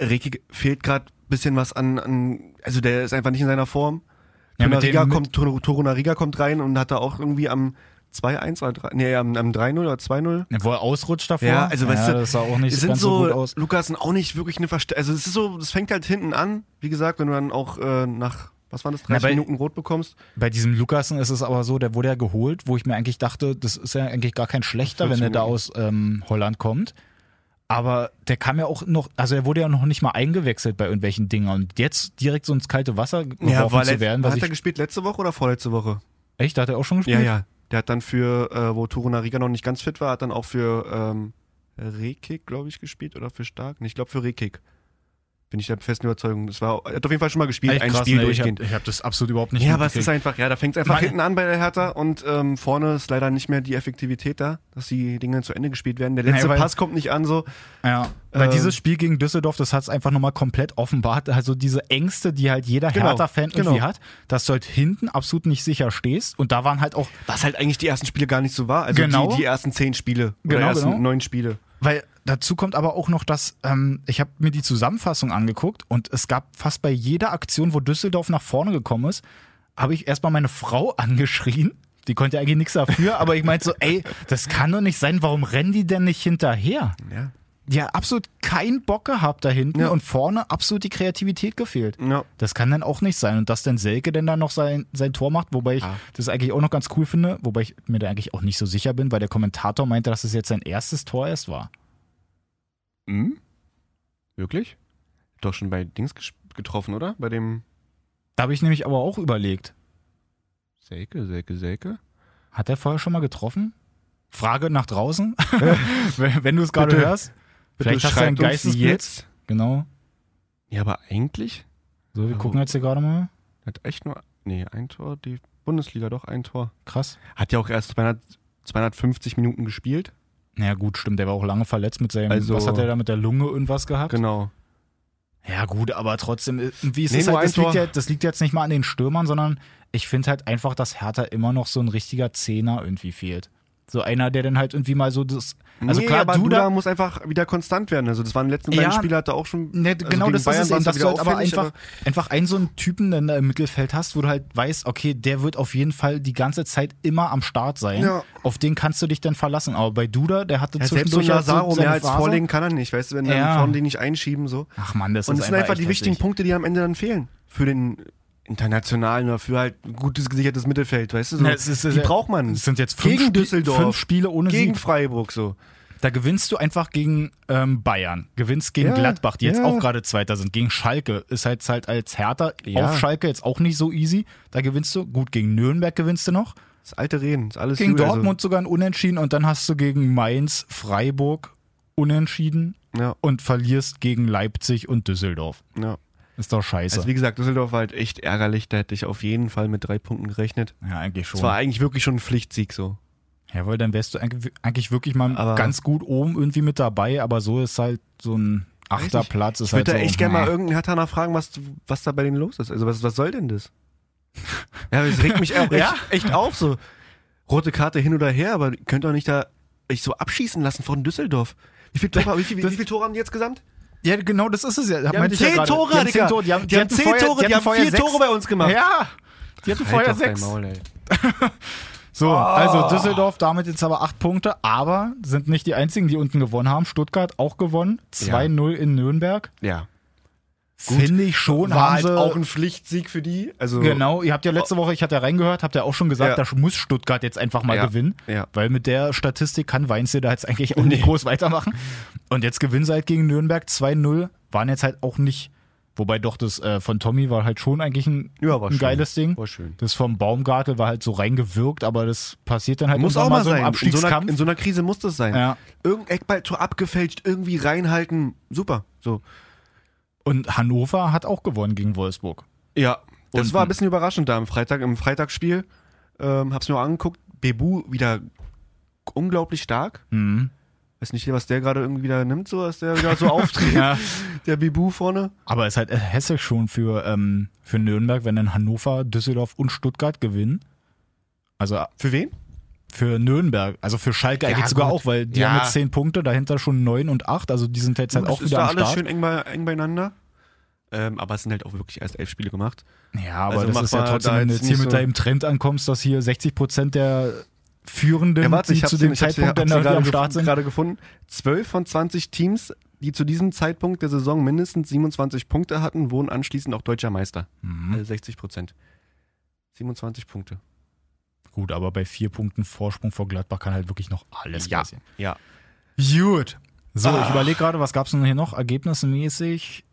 Speaker 4: Ricky fehlt gerade ein bisschen was an, an, also der ist einfach nicht in seiner Form.
Speaker 3: Ja, mit
Speaker 4: Torunariga
Speaker 3: dem- mit-
Speaker 4: kommt, Tor- Torunariga kommt rein und hat da auch irgendwie am 2-1 oder 3, nee, am, am 3-0 oder 2-0.
Speaker 3: Wo er ausrutscht davor.
Speaker 4: Ja, also weißt du,
Speaker 3: das sah auch nicht
Speaker 4: es sind
Speaker 3: ganz so,
Speaker 4: so,
Speaker 3: gut aus.
Speaker 4: Lukas sind auch nicht wirklich eine Verstärkung. Also es ist so, es fängt halt hinten an, wie gesagt, wenn du dann auch äh, nach, was waren das, 30
Speaker 3: bei-
Speaker 4: Minuten rot bekommst.
Speaker 3: Bei diesem Lukasen ist es aber so, der wurde ja geholt, wo ich mir eigentlich dachte, das ist ja eigentlich gar kein schlechter, wenn er da aus ähm, Holland kommt. Aber der kam ja auch noch, also er wurde ja noch nicht mal eingewechselt bei irgendwelchen Dingern. Und jetzt direkt so ins kalte Wasser Um geworfen zu werden, was
Speaker 4: hat er
Speaker 3: ich, Mhm.
Speaker 4: gespielt letzte Woche oder vorletzte Woche?
Speaker 3: echt, da hat er auch schon gespielt?
Speaker 4: Ja, ja. Der hat dann für, äh, wo Torunariga noch nicht ganz fit war, hat dann auch für ähm, Rekik, glaube ich, gespielt oder für Stark. Nee, ich glaube für Rekik. Bin ich der festen Überzeugung. Das war, er hat auf jeden Fall schon mal gespielt,
Speaker 3: Echt
Speaker 4: ein
Speaker 3: krass,
Speaker 4: Spiel
Speaker 3: ne? Ich hab-
Speaker 4: durchgehend.
Speaker 3: Ich habe hab das absolut überhaupt nicht
Speaker 4: Ja, aber es
Speaker 3: mitgekriegt.
Speaker 4: ist einfach, ja, da fängt es einfach
Speaker 3: Meine-
Speaker 4: hinten an bei der Hertha und ähm, vorne ist leider nicht mehr die Effektivität da, dass die Dinge zu Ende gespielt werden. Der letzte
Speaker 3: Naja, weil-
Speaker 4: Pass kommt nicht an, so.
Speaker 3: Ja, weil
Speaker 4: Ähm,
Speaker 3: dieses Spiel gegen Düsseldorf, das hat es einfach nochmal komplett offenbart. Also diese Ängste, die halt jeder
Speaker 4: Genau,
Speaker 3: Hertha-Fan irgendwie
Speaker 4: genau.
Speaker 3: hat, dass du halt hinten absolut nicht sicher stehst. Und da waren halt auch,
Speaker 4: Was halt eigentlich die ersten Spiele gar nicht so war. Also
Speaker 3: Genau.
Speaker 4: die, die ersten zehn Spiele oder
Speaker 3: Genau,
Speaker 4: ersten
Speaker 3: genau.
Speaker 4: neun Spiele.
Speaker 3: weil dazu kommt aber auch noch, dass ähm, ich habe mir die Zusammenfassung angeguckt und es gab fast bei jeder Aktion, wo Düsseldorf nach vorne gekommen ist, habe ich erstmal meine Frau angeschrien. Die konnte ja eigentlich nichts dafür, aber ich meinte so, ey, das kann doch nicht sein, warum rennen die denn nicht hinterher?
Speaker 4: Ja.
Speaker 3: Die hat absolut keinen Bock gehabt da hinten und vorne absolut die Kreativität gefehlt.
Speaker 4: Ja.
Speaker 3: Das kann dann auch nicht sein. Und dass dann Selke denn dann noch sein, sein Tor macht, wobei ich das eigentlich auch noch ganz cool finde, wobei ich mir da eigentlich auch nicht so sicher bin, weil der Kommentator meinte, dass es jetzt sein erstes Tor erst war.
Speaker 4: Hm? Wirklich? Doch schon bei Dings ges- getroffen, oder? Bei dem
Speaker 3: Da habe ich nämlich aber auch überlegt,
Speaker 4: Selke, Selke, Selke.
Speaker 3: hat er vorher schon mal getroffen? Frage nach draußen, wenn wenn du es gerade
Speaker 4: Bitte.
Speaker 3: hörst. Vielleicht hast du einen
Speaker 4: schreibt uns
Speaker 3: Geistesblitz. Genau.
Speaker 4: Ja, aber eigentlich
Speaker 3: So, wir
Speaker 4: Oh.
Speaker 3: gucken jetzt hier gerade mal.
Speaker 4: hat echt nur. Nee, ein Tor, die Bundesliga doch ein Tor.
Speaker 3: Krass.
Speaker 4: Hat ja auch erst 200, 250 Minuten gespielt.
Speaker 3: Naja, gut, stimmt. Der war auch lange verletzt mit seinem.
Speaker 4: Also-
Speaker 3: was hat er da mit der Lunge irgendwas gehabt?
Speaker 4: Genau.
Speaker 3: Ja, gut, aber trotzdem, äh, wie ist
Speaker 4: Nee,
Speaker 3: es
Speaker 4: nur
Speaker 3: halt,
Speaker 4: ein
Speaker 3: das liegt,
Speaker 4: Tor.
Speaker 3: ja, das liegt jetzt nicht mal an den Stürmern, sondern ich finde halt einfach, dass Hertha immer noch so ein richtiger Zehner irgendwie fehlt. So einer, der dann halt irgendwie mal so das. Also
Speaker 4: nee,
Speaker 3: klar,
Speaker 4: aber
Speaker 3: Duda,
Speaker 4: Duda muss einfach wieder konstant werden. Also das waren die letzten
Speaker 3: Ja.
Speaker 4: beiden Spiele, hat er auch schon.
Speaker 3: Ne,
Speaker 4: also
Speaker 3: genau
Speaker 4: gegen
Speaker 3: das
Speaker 4: Bayern
Speaker 3: ist es
Speaker 4: war
Speaker 3: eben, dass du
Speaker 4: wieder
Speaker 3: halt aber
Speaker 4: auffällig,
Speaker 3: einfach, einfach einen so einen Typen dann da im Mittelfeld hast, wo du halt weißt, okay, der wird auf jeden Fall die ganze Zeit immer am Start sein.
Speaker 4: Ja.
Speaker 3: Auf den kannst du dich dann verlassen. Aber bei Duda, der hatte
Speaker 4: Ja, selbst so
Speaker 3: zwischendurch halt
Speaker 4: Lazaro
Speaker 3: so
Speaker 4: mehr
Speaker 3: seine
Speaker 4: als
Speaker 3: Phase.
Speaker 4: vorlegen kann er nicht, weißt du, wenn dann
Speaker 3: Ja.
Speaker 4: vorne die nicht einschieben so.
Speaker 3: Ach man, das
Speaker 4: Und
Speaker 3: ist
Speaker 4: das sind einfach
Speaker 3: echt
Speaker 4: die wichtigen
Speaker 3: heftig.
Speaker 4: Punkte, die am Ende dann fehlen. Für den internationalen oder für halt ein gutes gesichertes Mittelfeld, weißt du? So,
Speaker 3: Na, Ne, es ist- äh,
Speaker 4: die braucht man.
Speaker 3: Es sind jetzt fünf,
Speaker 4: gegen
Speaker 3: Spiel-
Speaker 4: Düsseldorf,
Speaker 3: fünf Spiele ohne
Speaker 4: gegen
Speaker 3: Sieg.
Speaker 4: Freiburg so.
Speaker 3: Da gewinnst du einfach gegen ähm, Bayern, gewinnst gegen
Speaker 4: Ja,
Speaker 3: Gladbach, die jetzt
Speaker 4: ja.
Speaker 3: auch gerade Zweiter sind, gegen Schalke. Ist halt, halt als Hertha
Speaker 4: Ja.
Speaker 3: auf Schalke jetzt auch nicht so easy. Da gewinnst du, gut, gegen Nürnberg gewinnst du noch,
Speaker 4: Das alte Reden, ist alles
Speaker 3: gegen
Speaker 4: gut, also.
Speaker 3: Dortmund sogar ein Unentschieden und dann hast du gegen Mainz, Freiburg Unentschieden
Speaker 4: Ja,
Speaker 3: und verlierst gegen Leipzig und Düsseldorf.
Speaker 4: ja.
Speaker 3: Ist doch scheiße.
Speaker 4: Also wie gesagt, Düsseldorf war halt echt ärgerlich, da hätte ich auf jeden Fall mit drei Punkten gerechnet.
Speaker 3: ja, eigentlich schon.
Speaker 4: Es war eigentlich wirklich schon ein Pflichtsieg so.
Speaker 3: Jawohl, dann wärst du eigentlich eigentlich wirklich mal
Speaker 4: Aber-
Speaker 3: ganz gut oben irgendwie mit dabei, aber so ist halt so ein achter
Speaker 4: nicht.
Speaker 3: Platz. Ist
Speaker 4: Ich würde
Speaker 3: halt
Speaker 4: da
Speaker 3: so,
Speaker 4: echt gerne mal
Speaker 3: äh.
Speaker 4: irgendeinen Hattaner fragen, was, was da bei denen los ist. Also was, was soll denn das? Ja, das regt mich auch echt,
Speaker 3: Ja?
Speaker 4: echt auf. So. Rote Karte hin oder her, aber ihr könnt doch nicht da euch so abschießen lassen von Düsseldorf. Wie viele Tore, wie viel, wie
Speaker 3: Das-
Speaker 4: viel Tore haben die jetzt gesamt?
Speaker 3: Ja, genau, das ist es ja.
Speaker 4: Die haben zehn Tore,
Speaker 3: die haben
Speaker 4: Digga.
Speaker 3: zehn Tore, die haben,
Speaker 4: Die haben
Speaker 3: hatten
Speaker 4: zehn
Speaker 3: vorher,
Speaker 4: Tore, die
Speaker 3: hatten
Speaker 4: haben
Speaker 3: vorher
Speaker 4: vier
Speaker 3: sechs.
Speaker 4: Tore bei uns gemacht.
Speaker 3: Ja, die hatten vorher
Speaker 4: Halt doch dein
Speaker 3: sechs.
Speaker 4: Maul, ey.
Speaker 3: So,
Speaker 4: Ah.
Speaker 3: also Düsseldorf damit jetzt aber acht Punkte, aber sind nicht die einzigen, die unten gewonnen haben. Stuttgart auch gewonnen, 2-0 in Nürnberg.
Speaker 4: Ja.
Speaker 3: Finde ich schon,
Speaker 4: War
Speaker 3: haben
Speaker 4: halt
Speaker 3: sie
Speaker 4: auch ein Pflichtsieg für die. Also,
Speaker 3: also Genau, ihr habt ja letzte Woche, ich hatte ja reingehört, habt ja auch schon gesagt,
Speaker 4: Ja.
Speaker 3: da muss Stuttgart jetzt einfach mal
Speaker 4: Ja.
Speaker 3: gewinnen.
Speaker 4: Ja.
Speaker 3: Weil mit der Statistik kann Weinzel da jetzt eigentlich auch nicht groß weitermachen. Und jetzt gewinnen sie halt gegen Nürnberg 2-0, waren jetzt halt auch nicht, wobei doch das äh, von Tommy war halt schon eigentlich ein,
Speaker 4: Ja, war
Speaker 3: ein
Speaker 4: schön.
Speaker 3: geiles Ding.
Speaker 4: War schön.
Speaker 3: Das vom Baumgartel war halt so reingewirkt, aber das passiert dann halt
Speaker 4: Muss
Speaker 3: irgendwann
Speaker 4: auch mal
Speaker 3: so im
Speaker 4: sein. In so, einer,
Speaker 3: Abstiegskampf.
Speaker 4: in so einer Krise muss das sein.
Speaker 3: Ja.
Speaker 4: Irgendein Eckballtor abgefälscht, irgendwie reinhalten. Super. So.
Speaker 3: Und Hannover hat auch gewonnen gegen Wolfsburg.
Speaker 4: Ja, das
Speaker 3: Und-
Speaker 4: war ein bisschen überraschend da am Freitag, im Freitagsspiel. Ähm, hab's mir auch angeguckt. Bebu wieder unglaublich stark.
Speaker 3: Mhm.
Speaker 4: Weiß nicht, was der gerade irgendwie wieder nimmt, so, dass der wieder so auftritt.
Speaker 3: Ja.
Speaker 4: Der Bebu vorne.
Speaker 3: Aber es ist halt hässlich schon für, ähm, für Nürnberg, wenn dann Hannover, Düsseldorf und Stuttgart gewinnen. Also
Speaker 4: Für wen?
Speaker 3: für Nürnberg, also für Schalke
Speaker 4: Ja,
Speaker 3: eigentlich sogar
Speaker 4: gut.
Speaker 3: auch, weil die
Speaker 4: Ja.
Speaker 3: haben jetzt zehn Punkte, dahinter schon neun und acht, also die sind jetzt halt
Speaker 4: Es
Speaker 3: auch
Speaker 4: ist
Speaker 3: wieder
Speaker 4: da
Speaker 3: am
Speaker 4: alles
Speaker 3: Start.
Speaker 4: schön eng, bei, eng beieinander. Ähm, aber es sind halt auch wirklich erst elf Spiele gemacht.
Speaker 3: Ja, aber
Speaker 4: Also
Speaker 3: das ist
Speaker 4: mach
Speaker 3: ja
Speaker 4: mal
Speaker 3: trotzdem,
Speaker 4: da
Speaker 3: wenn du
Speaker 4: jetzt
Speaker 3: jetzt hier
Speaker 4: nicht
Speaker 3: mit
Speaker 4: so-
Speaker 3: deinem Trend ankommst, dass hier 60 Prozent der Führenden,
Speaker 4: Ja, warte,
Speaker 3: die
Speaker 4: ich
Speaker 3: zu
Speaker 4: hab's,
Speaker 3: dem
Speaker 4: ich hab's,
Speaker 3: Zeitpunkt
Speaker 4: hab's
Speaker 3: dann
Speaker 4: gerade,
Speaker 3: am
Speaker 4: gef-
Speaker 3: Start sind,
Speaker 4: gerade gefunden. Zwölf von 20 Teams, die zu diesem Zeitpunkt der Saison mindestens 27 Punkte hatten, wurden anschließend auch deutscher Meister.
Speaker 3: Mhm.
Speaker 4: Also 60 Prozent. 27 Punkte.
Speaker 3: Gut, aber bei vier Punkten Vorsprung vor Gladbach kann halt wirklich noch alles
Speaker 4: Ja.
Speaker 3: passieren.
Speaker 4: Ja.
Speaker 3: Gut. So, ich
Speaker 4: Ach.
Speaker 3: überlege gerade, was gab es denn hier noch? Ergebnismäßig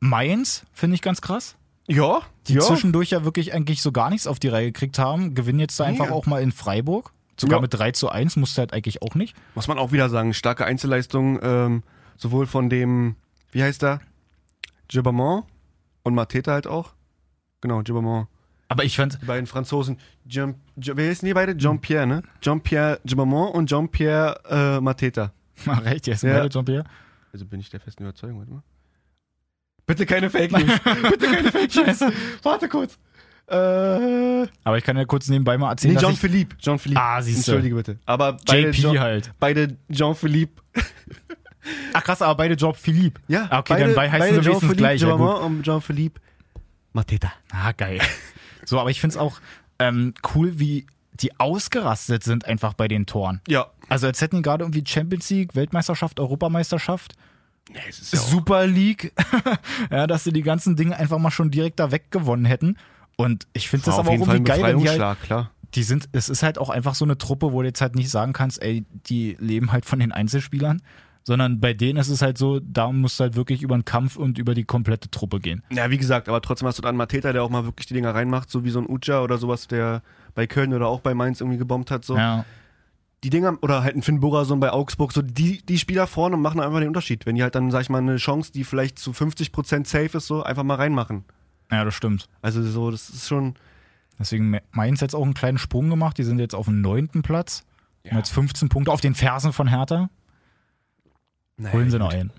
Speaker 3: Mainz, finde ich ganz krass.
Speaker 4: Ja,
Speaker 3: Die
Speaker 4: ja.
Speaker 3: zwischendurch ja wirklich eigentlich so gar nichts auf die Reihe gekriegt haben, gewinnen jetzt da einfach
Speaker 4: Nee.
Speaker 3: auch mal in Freiburg. Sogar
Speaker 4: Ja.
Speaker 3: mit 3 zu 1 musste halt eigentlich auch nicht.
Speaker 4: Muss man auch wieder sagen, starke Einzelleistung, ähm, sowohl von dem, wie heißt er? Gibbermont und Mateta halt auch. Genau, Gibbermont.
Speaker 3: Aber ich fand,
Speaker 4: Die beiden Franzosen. Jean, Jean, wie heißen die
Speaker 3: Hm.
Speaker 4: beide? Jean-Pierre, ne? Jean-Pierre Gibbermont und Jean-Pierre äh, Mateta.
Speaker 3: Ach, recht, jetzt
Speaker 4: Ja.
Speaker 3: ja. Jean-Pierre.
Speaker 4: Also bin ich der festen Überzeugung, warte mal. Bitte keine Fake News. Bitte keine Fake News. Warte kurz. Äh, nee,
Speaker 3: Aber ich kann ja kurz nebenbei mal erzählen, dass ich,
Speaker 4: Jean-Philippe. Jean-Philippe.
Speaker 3: Ah, siehste.
Speaker 4: Entschuldige bitte. Aber beide
Speaker 3: JP
Speaker 4: Jean,
Speaker 3: halt.
Speaker 4: Beide Jean-Philippe.
Speaker 3: Ach krass, aber beide Job Philipp. Ah, okay, dann bei heißen sie wenigstens
Speaker 4: Jean-Philippe
Speaker 3: gleich. Ja, gut.
Speaker 4: Givamont und Jean-Philippe Mateta.
Speaker 3: Ah, geil. So, aber ich finde es auch ähm, cool, wie die ausgerastet sind einfach bei den Toren.
Speaker 4: Ja.
Speaker 3: Also als hätten die gerade irgendwie Champions League, Weltmeisterschaft, Europameisterschaft,
Speaker 4: Nee, es ist
Speaker 3: Super League, ja, dass sie die ganzen Dinge einfach mal schon direkt da weggewonnen hätten. Und ich finde das aber auch irgendwie geil, wenn die, halt,
Speaker 4: klar.
Speaker 3: die sind, es ist halt auch einfach so eine Truppe, wo du jetzt halt nicht sagen kannst, ey, die leben halt von den Einzelspielern, sondern bei denen ist es halt so, da musst du halt wirklich über den Kampf und über die komplette Truppe gehen.
Speaker 4: Ja, wie gesagt, aber trotzdem hast du dann Mateta, der auch mal wirklich die Dinger reinmacht, so wie so ein Ucha oder sowas, der bei Köln oder auch bei Mainz irgendwie gebombt hat. So.
Speaker 3: Ja.
Speaker 4: die Dinger, oder halt ein Finn Bogason bei Augsburg, so die, die Spieler vorne machen einfach den Unterschied. Wenn die halt dann, sag ich mal, eine Chance, die vielleicht zu 50% safe ist, so einfach mal reinmachen.
Speaker 3: ja, das stimmt.
Speaker 4: Also so, das ist schon.
Speaker 3: Deswegen Mainz jetzt auch einen kleinen Sprung gemacht. Die sind jetzt auf dem neunten Platz. Haben jetzt 15 Punkte auf den Fersen von Hertha.
Speaker 4: Naja,
Speaker 3: Holen sie noch einen.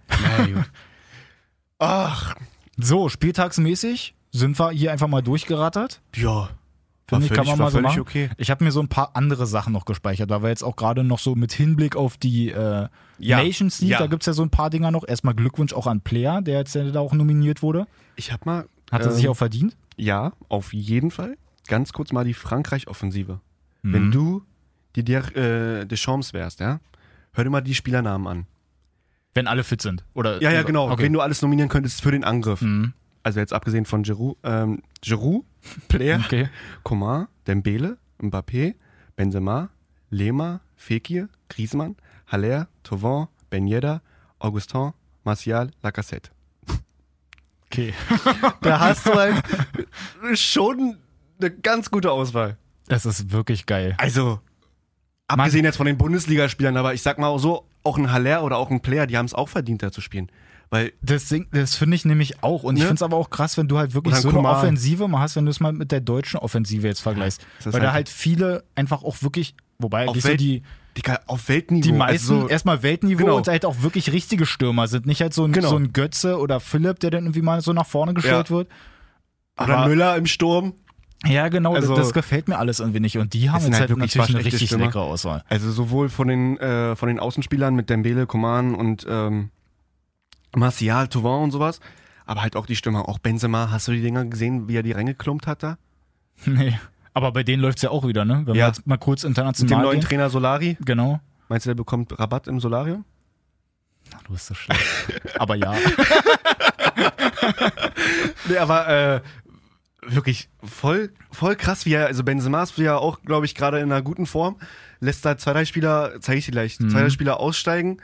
Speaker 4: Ach,
Speaker 3: So, spieltagsmäßig sind wir hier einfach mal durchgerattert.
Speaker 4: ja.
Speaker 3: Finde ich, kann man mal so machen.
Speaker 4: okay.
Speaker 3: Ich habe mir so ein paar andere Sachen noch gespeichert, weil wir jetzt auch gerade noch so mit Hinblick auf die äh,
Speaker 4: Ja,
Speaker 3: Nations League,
Speaker 4: ja.
Speaker 3: da gibt es ja so ein paar Dinger noch. Erstmal Glückwunsch auch an Player, der jetzt ja da auch nominiert wurde.
Speaker 4: Ich hab mal.
Speaker 3: Hat er
Speaker 4: ähm,
Speaker 3: sich auch verdient?
Speaker 4: Ja, auf jeden Fall. Ganz kurz mal die Frankreich-Offensive.
Speaker 3: Mhm.
Speaker 4: Wenn du die Dier- äh, Deschamps wärst, ja, hör dir mal die Spielernamen an.
Speaker 3: Wenn alle fit sind. Oder,
Speaker 4: Ja, ja, genau.
Speaker 3: Äh, Okay. Mhm.
Speaker 4: Wen du alles nominieren könntest für den Angriff. Also jetzt abgesehen von Giroud, ähm, Giroud Player,
Speaker 3: okay.
Speaker 4: Coman, Dembele, Mbappé, Benzema, Lema, Fekir, Griezmann, Haller, Tovin, Ben Yedder, Augustin, Martial, Lacassette.
Speaker 3: okay.
Speaker 4: Da hast du halt schon eine ganz gute Auswahl.
Speaker 3: Das ist wirklich geil.
Speaker 4: Also, abgesehen jetzt von den Bundesligaspielern, aber ich sag mal auch so, auch ein Haller oder auch ein Player, die haben es auch verdient, da zu spielen. Weil
Speaker 3: Das, Ding- das finde ich nämlich auch. Und ich
Speaker 4: Ne?
Speaker 3: finde es aber auch krass, wenn du halt wirklich
Speaker 4: Und dann
Speaker 3: so eine
Speaker 4: Coman.
Speaker 3: Offensive mal hast, wenn du es mal mit der deutschen Offensive jetzt vergleichst.
Speaker 4: das ist
Speaker 3: Weil da
Speaker 4: halt-
Speaker 3: halt viele einfach auch wirklich, wobei
Speaker 4: Auf
Speaker 3: eigentlich so
Speaker 4: Welt-
Speaker 3: die,
Speaker 4: Digga, auf Weltniveau.
Speaker 3: die meisten
Speaker 4: also so-
Speaker 3: erstmal Weltniveau
Speaker 4: Genau.
Speaker 3: und halt auch wirklich richtige Stürmer sind. Nicht halt so ein,
Speaker 4: Genau.
Speaker 3: so ein Götze oder Philipp, der dann irgendwie mal so nach vorne gestellt
Speaker 4: Ja.
Speaker 3: wird.
Speaker 4: Oder
Speaker 3: Aber-
Speaker 4: Müller im Sturm.
Speaker 3: Ja, genau,
Speaker 4: Also-
Speaker 3: das, das gefällt mir alles irgendwie nicht. Und die haben
Speaker 4: Es sind
Speaker 3: jetzt halt,
Speaker 4: halt wirklich
Speaker 3: natürlich eine
Speaker 4: waschechte
Speaker 3: richtig
Speaker 4: Stürmer.
Speaker 3: leckere Auswahl.
Speaker 4: Also sowohl von den, äh, von den Außenspielern mit Dembele, Coman und ähm, Martial, Thauvin und sowas. Aber halt auch die Stimme. Auch Benzema, hast du die Dinger gesehen, wie er die reingeklumpt hat da?
Speaker 3: Nee. Aber bei denen läuft es ja auch wieder, ne? Wenn wir
Speaker 4: Ja.
Speaker 3: jetzt mal kurz
Speaker 4: Mit dem
Speaker 3: international
Speaker 4: neuen
Speaker 3: gehen.
Speaker 4: Trainer Solari.
Speaker 3: Genau.
Speaker 4: Meinst du, der bekommt Rabatt im Solarium?
Speaker 3: Ach, du bist so schlecht. aber ja.
Speaker 4: Nee, aber äh, wirklich voll, voll krass, wie er, also Benzema ist ja auch, glaube ich, gerade in einer guten Form. Lässt da zwei, drei Spieler, zeige ich dir gleich, zwei,
Speaker 3: Mhm.
Speaker 4: drei Spieler aussteigen,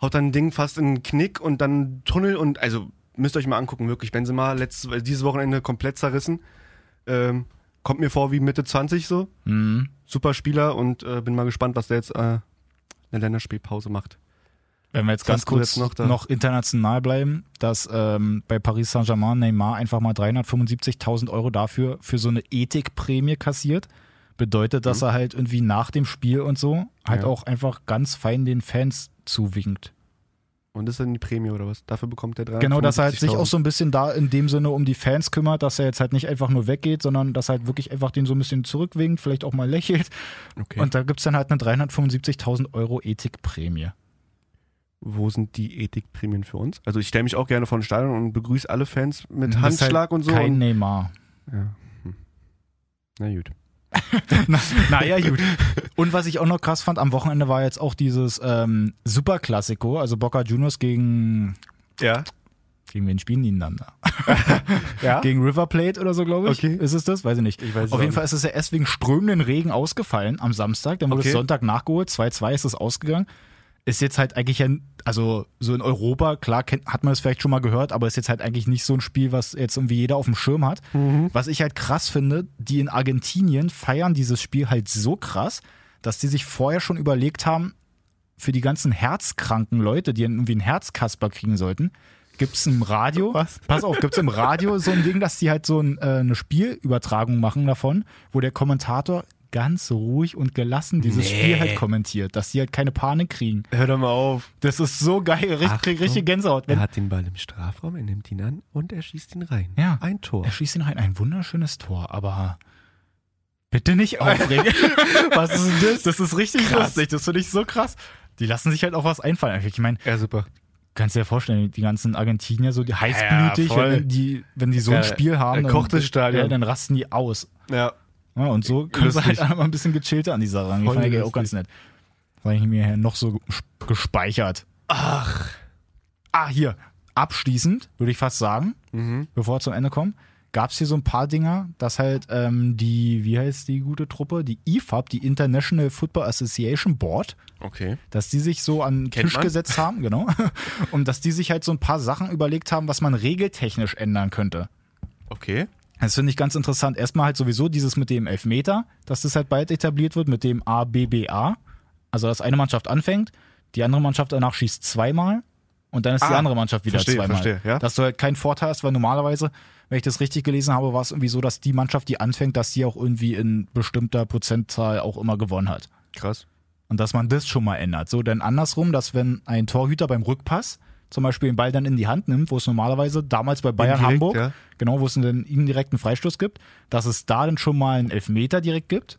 Speaker 4: haut dann ein Ding fast in den Knick und dann einen Tunnel und also müsst ihr euch mal angucken, wirklich. Benzema letztes, äh, dieses Wochenende komplett zerrissen. Ähm, kommt mir vor wie Mitte 20 so.
Speaker 3: Mhm.
Speaker 4: Super Spieler und äh, bin mal gespannt, was der jetzt äh, in der Länderspielpause macht.
Speaker 3: Wenn wir jetzt ganz
Speaker 4: Kannst du
Speaker 3: kurz
Speaker 4: jetzt noch
Speaker 3: noch,
Speaker 4: da-
Speaker 3: international bleiben, dass ähm, bei Paris Saint-Germain Neymar einfach mal 375.000 Euro dafür für so eine Ethikprämie kassiert, bedeutet, dass er halt irgendwie nach dem Spiel und so halt
Speaker 4: Mhm. Ja.
Speaker 3: auch einfach ganz fein den Fans zuwinkt.
Speaker 4: Und das ist dann die Prämie oder was? Dafür bekommt er 3
Speaker 3: Genau, dass er halt sich auch so ein bisschen da in dem Sinne um die Fans kümmert, dass er jetzt halt nicht einfach nur weggeht, sondern dass er halt wirklich einfach den so ein bisschen zurückwinkt, vielleicht auch mal lächelt.
Speaker 4: Okay.
Speaker 3: Und da gibt es dann halt eine 375.000 Euro Ethikprämie.
Speaker 4: Wo sind die Ethikprämien für uns? Also ich stelle mich auch gerne vor den Stadion und begrüße alle Fans mit
Speaker 3: Das ist halt
Speaker 4: Handschlag und so.
Speaker 3: Kein
Speaker 4: und,
Speaker 3: Neymar.
Speaker 4: ja. hm. Na gut.
Speaker 3: Na, naja, gut. Und was ich auch noch krass fand, am Wochenende war jetzt auch dieses ähm, Superklassiko, also Boca Juniors gegen,
Speaker 4: Ja.
Speaker 3: gegen wen spielen die denn dann da?
Speaker 4: Ja.
Speaker 3: Gegen River Plate oder so, glaube ich.
Speaker 4: Okay.
Speaker 3: Ist es das? Weiß ich nicht.
Speaker 4: Ich weiß es
Speaker 3: Auf jeden
Speaker 4: auch
Speaker 3: Fall ist es ja erst wegen strömenden Regen ausgefallen am Samstag. Dann wurde
Speaker 4: Okay.
Speaker 3: es Sonntag nachgeholt. 2-2 ist es ausgegangen. Ist jetzt halt eigentlich, ja, also so in Europa, klar kennt, hat man es vielleicht schon mal gehört, aber ist jetzt halt eigentlich nicht so ein Spiel, was jetzt irgendwie jeder auf dem Schirm hat.
Speaker 4: Mhm.
Speaker 3: Was ich halt krass finde, die in Argentinien feiern dieses Spiel halt so krass, dass die sich vorher schon überlegt haben, für die ganzen herzkranken Leute, die irgendwie einen Herzkasper kriegen sollten, gibt es im Radio, pass auf, gibt es im Radio so ein Ding, dass die halt so ein, äh, eine Spielübertragung machen davon, wo der Kommentator ganz ruhig und gelassen dieses Spiel halt kommentiert, dass die halt keine Panik kriegen.
Speaker 4: Hör doch mal auf.
Speaker 3: Das ist so geil, ich krieg richtig Gänsehaut. Wenn,
Speaker 4: hat den Ball im Strafraum, er nimmt ihn an und er schießt ihn rein.
Speaker 3: Ja.
Speaker 4: Ein Tor.
Speaker 3: er schießt ihn rein, ein wunderschönes Tor, aber bitte nicht aufregen. was ist denn das? Das ist richtig lustig, das finde ich so krass. Die lassen sich halt auch was einfallen. Ich meine,
Speaker 4: Ja, super.
Speaker 3: kannst dir ja vorstellen, die ganzen Argentinier so die heißblütig,
Speaker 4: Ja, voll.
Speaker 3: wenn die, wenn die so ein
Speaker 4: Ja,
Speaker 3: Spiel haben,
Speaker 4: äh, kocht das Stadion.
Speaker 3: Ja, dann rasten die aus.
Speaker 4: Ja.
Speaker 3: Ja, und so können sie
Speaker 4: Lustig.
Speaker 3: halt einmal ein bisschen gechillter an die Sache rangehen.
Speaker 4: Voll
Speaker 3: Fand ich auch
Speaker 4: lustig.
Speaker 3: ganz nett. Sag ich mir hier noch so gesp- gespeichert. Ach. Ah, hier. Abschließend, würde ich fast sagen,
Speaker 4: Mhm.
Speaker 3: bevor wir zum Ende kommen, gab es hier so ein paar Dinger, dass halt ähm, die, wie heißt die gute Truppe, die IFAB, die International Football Association Board,
Speaker 4: Okay.
Speaker 3: dass die sich so an den
Speaker 4: Kennt
Speaker 3: Tisch
Speaker 4: man.
Speaker 3: gesetzt haben, genau, und dass die sich halt so ein paar Sachen überlegt haben, was man regeltechnisch ändern könnte.
Speaker 4: Okay.
Speaker 3: Das finde ich ganz interessant. Erstmal halt sowieso dieses mit dem Elfmeter, dass das halt bald etabliert wird mit dem ABBA. Also, dass eine Mannschaft anfängt, die andere Mannschaft danach schießt zweimal und dann ist die
Speaker 4: Ah,
Speaker 3: andere Mannschaft wieder
Speaker 4: verstehe,
Speaker 3: zweimal.
Speaker 4: verstehe, ja.
Speaker 3: Dass du halt keinen Vorteil hast, weil normalerweise, wenn ich das richtig gelesen habe, war es irgendwie so, dass die Mannschaft, die anfängt, dass die auch irgendwie in bestimmter Prozentzahl auch immer gewonnen hat.
Speaker 4: Krass.
Speaker 3: Und dass man das schon mal ändert. So, denn andersrum, dass wenn ein Torhüter beim Rückpass zum Beispiel den Ball dann in die Hand nimmt, wo es normalerweise damals bei Bayern
Speaker 4: Indirekt,
Speaker 3: Hamburg,
Speaker 4: ja.
Speaker 3: genau, wo es einen indirekten Freistoß gibt, dass es da dann schon mal einen Elfmeter direkt gibt.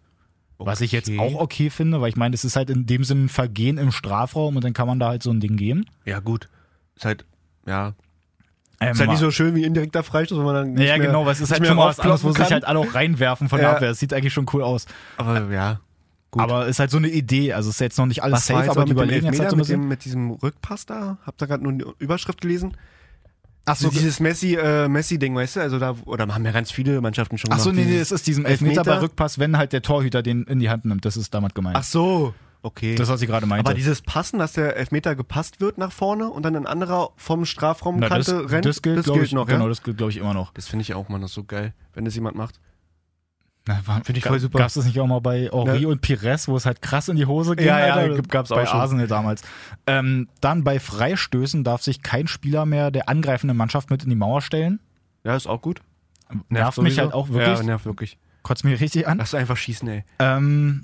Speaker 3: Was ich jetzt
Speaker 4: Okay.
Speaker 3: auch okay finde, weil ich meine, das ist halt in dem Sinne ein Vergehen im Strafraum und dann kann man da halt so ein Ding geben.
Speaker 4: Ja, gut. Ist halt, ja.
Speaker 3: Ähm,
Speaker 4: Ist halt nicht so schön wie indirekter Freistoß, wenn man dann.
Speaker 3: ja,
Speaker 4: nicht mehr,
Speaker 3: genau, weil es ist
Speaker 4: nicht
Speaker 3: halt
Speaker 4: mehr
Speaker 3: schon mal was
Speaker 4: aufkloppen
Speaker 3: anderes, wo sich
Speaker 4: kann.
Speaker 3: halt alle auch reinwerfen von
Speaker 4: Ja.
Speaker 3: der Abwehr. Das sieht eigentlich schon cool aus.
Speaker 4: Aber ja. Gut.
Speaker 3: Aber ist halt so eine Idee. Also ist jetzt noch nicht alles
Speaker 4: war
Speaker 3: safe,
Speaker 4: jetzt
Speaker 3: aber
Speaker 4: mal
Speaker 3: die
Speaker 4: mit dem
Speaker 3: überlegen jetzt halt
Speaker 4: Elfmeter,
Speaker 3: so ein
Speaker 4: mit,
Speaker 3: bisschen.
Speaker 4: dem, mit diesem Rückpass da? Habt ihr gerade nur eine Überschrift gelesen?
Speaker 3: Ach
Speaker 4: So
Speaker 3: so,
Speaker 4: Also dieses Messi, äh, Messi-Ding, weißt du? Also da, oder haben ja ganz viele Mannschaften schon
Speaker 3: Ach so,
Speaker 4: gemacht,
Speaker 3: nee, nee,
Speaker 4: dieses-
Speaker 3: es ist diesem Elfmeter,
Speaker 4: Elfmeter?
Speaker 3: bei Rückpass, wenn halt der Torhüter den in die Hand nimmt. Das ist damit gemeint.
Speaker 4: Ach so, okay.
Speaker 3: das, was ich gerade meinte.
Speaker 4: aber dieses Passen, dass der Elfmeter gepasst wird nach vorne und dann ein anderer vom
Speaker 3: Na,
Speaker 4: Strafraumkante
Speaker 3: das,
Speaker 4: rennt,
Speaker 3: das gilt, glaub ich,
Speaker 4: noch,
Speaker 3: Genau,
Speaker 4: ja?
Speaker 3: das gilt, glaube ich, immer noch.
Speaker 4: Das finde ich auch, Mann, das ist so geil, wenn das jemand macht.
Speaker 3: Finde
Speaker 4: ich voll super.
Speaker 3: Gab es das nicht auch mal bei Ori
Speaker 4: Ne.
Speaker 3: und Pires, wo es halt krass in die Hose ging?
Speaker 4: Ja, ja,
Speaker 3: Alter?
Speaker 4: gab- gab's auch
Speaker 3: bei
Speaker 4: schon.
Speaker 3: Arsenal damals. Ähm, dann bei Freistößen darf sich kein Spieler mehr der angreifenden Mannschaft mit in die Mauer stellen.
Speaker 4: Ja, ist auch gut.
Speaker 3: Nervt mich
Speaker 4: sowieso.
Speaker 3: halt auch wirklich.
Speaker 4: Ja, nervt wirklich.
Speaker 3: Kotzt mir richtig an.
Speaker 4: Lass einfach schießen, ey.
Speaker 3: Ähm,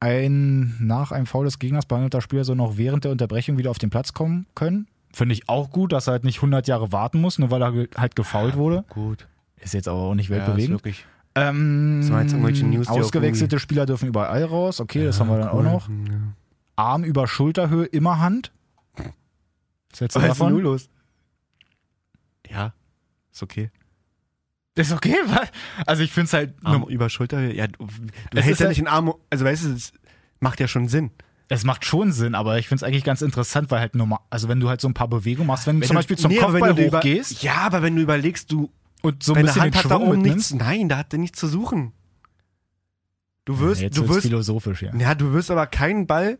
Speaker 3: ein nach einem Foul des Gegners behandelter Spieler soll noch während der Unterbrechung wieder auf den Platz kommen können. Finde ich auch gut, dass er halt nicht 100 Jahre warten muss, nur weil er ge halt gefault wurde.
Speaker 4: Gut.
Speaker 3: Ist jetzt aber auch nicht
Speaker 4: Ja, ist
Speaker 3: weltbewegend.
Speaker 4: wirklich.
Speaker 3: ähm,
Speaker 4: Das waren jetzt irgendwelche News, die auch
Speaker 3: ausgewechselte Spieler dürfen überall raus. Okay, das haben wir dann auch noch. Arm über Schulterhöhe, immer Hand. Was hältst du
Speaker 4: Was ist denn
Speaker 3: davon?
Speaker 4: nun los? Ja, ist okay.
Speaker 3: Ist okay, weil, also ich finde es halt,
Speaker 4: Arm über Schulter. Ja, du, du
Speaker 3: Es ist
Speaker 4: hältst ja
Speaker 3: halt-
Speaker 4: nicht den Arm. Also, weißt du, das macht ja schon Sinn.
Speaker 3: es macht schon Sinn, aber ich finde es eigentlich ganz interessant, weil halt normal, also wenn du halt so ein paar Bewegungen machst, wenn, du zum
Speaker 4: du-
Speaker 3: Beispiel zum
Speaker 4: nee, aber wenn
Speaker 3: Kopfball
Speaker 4: du dir über-
Speaker 3: hochgehst,
Speaker 4: Ja, aber wenn du überlegst, du.
Speaker 3: und so ein
Speaker 4: deine
Speaker 3: bisschen
Speaker 4: Hand
Speaker 3: den
Speaker 4: hat da
Speaker 3: Schwung
Speaker 4: oben nichts.
Speaker 3: mitnimmst.
Speaker 4: Nein, da hat er nichts zu suchen. Du wirst.
Speaker 3: jetzt
Speaker 4: du
Speaker 3: wird's
Speaker 4: wirst.
Speaker 3: philosophisch, ja.
Speaker 4: Ja, du wirst aber keinen Ball.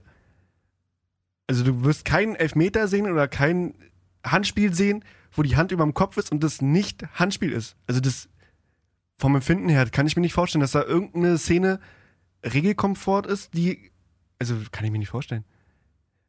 Speaker 4: Also, du wirst keinen Elfmeter sehen oder kein Handspiel sehen, wo die Hand über dem Kopf ist und das nicht Handspiel ist. Also, das. Vom Empfinden her kann ich mir nicht vorstellen, dass da irgendeine Szene Regelkomfort ist, die. Also, kann ich mir nicht vorstellen.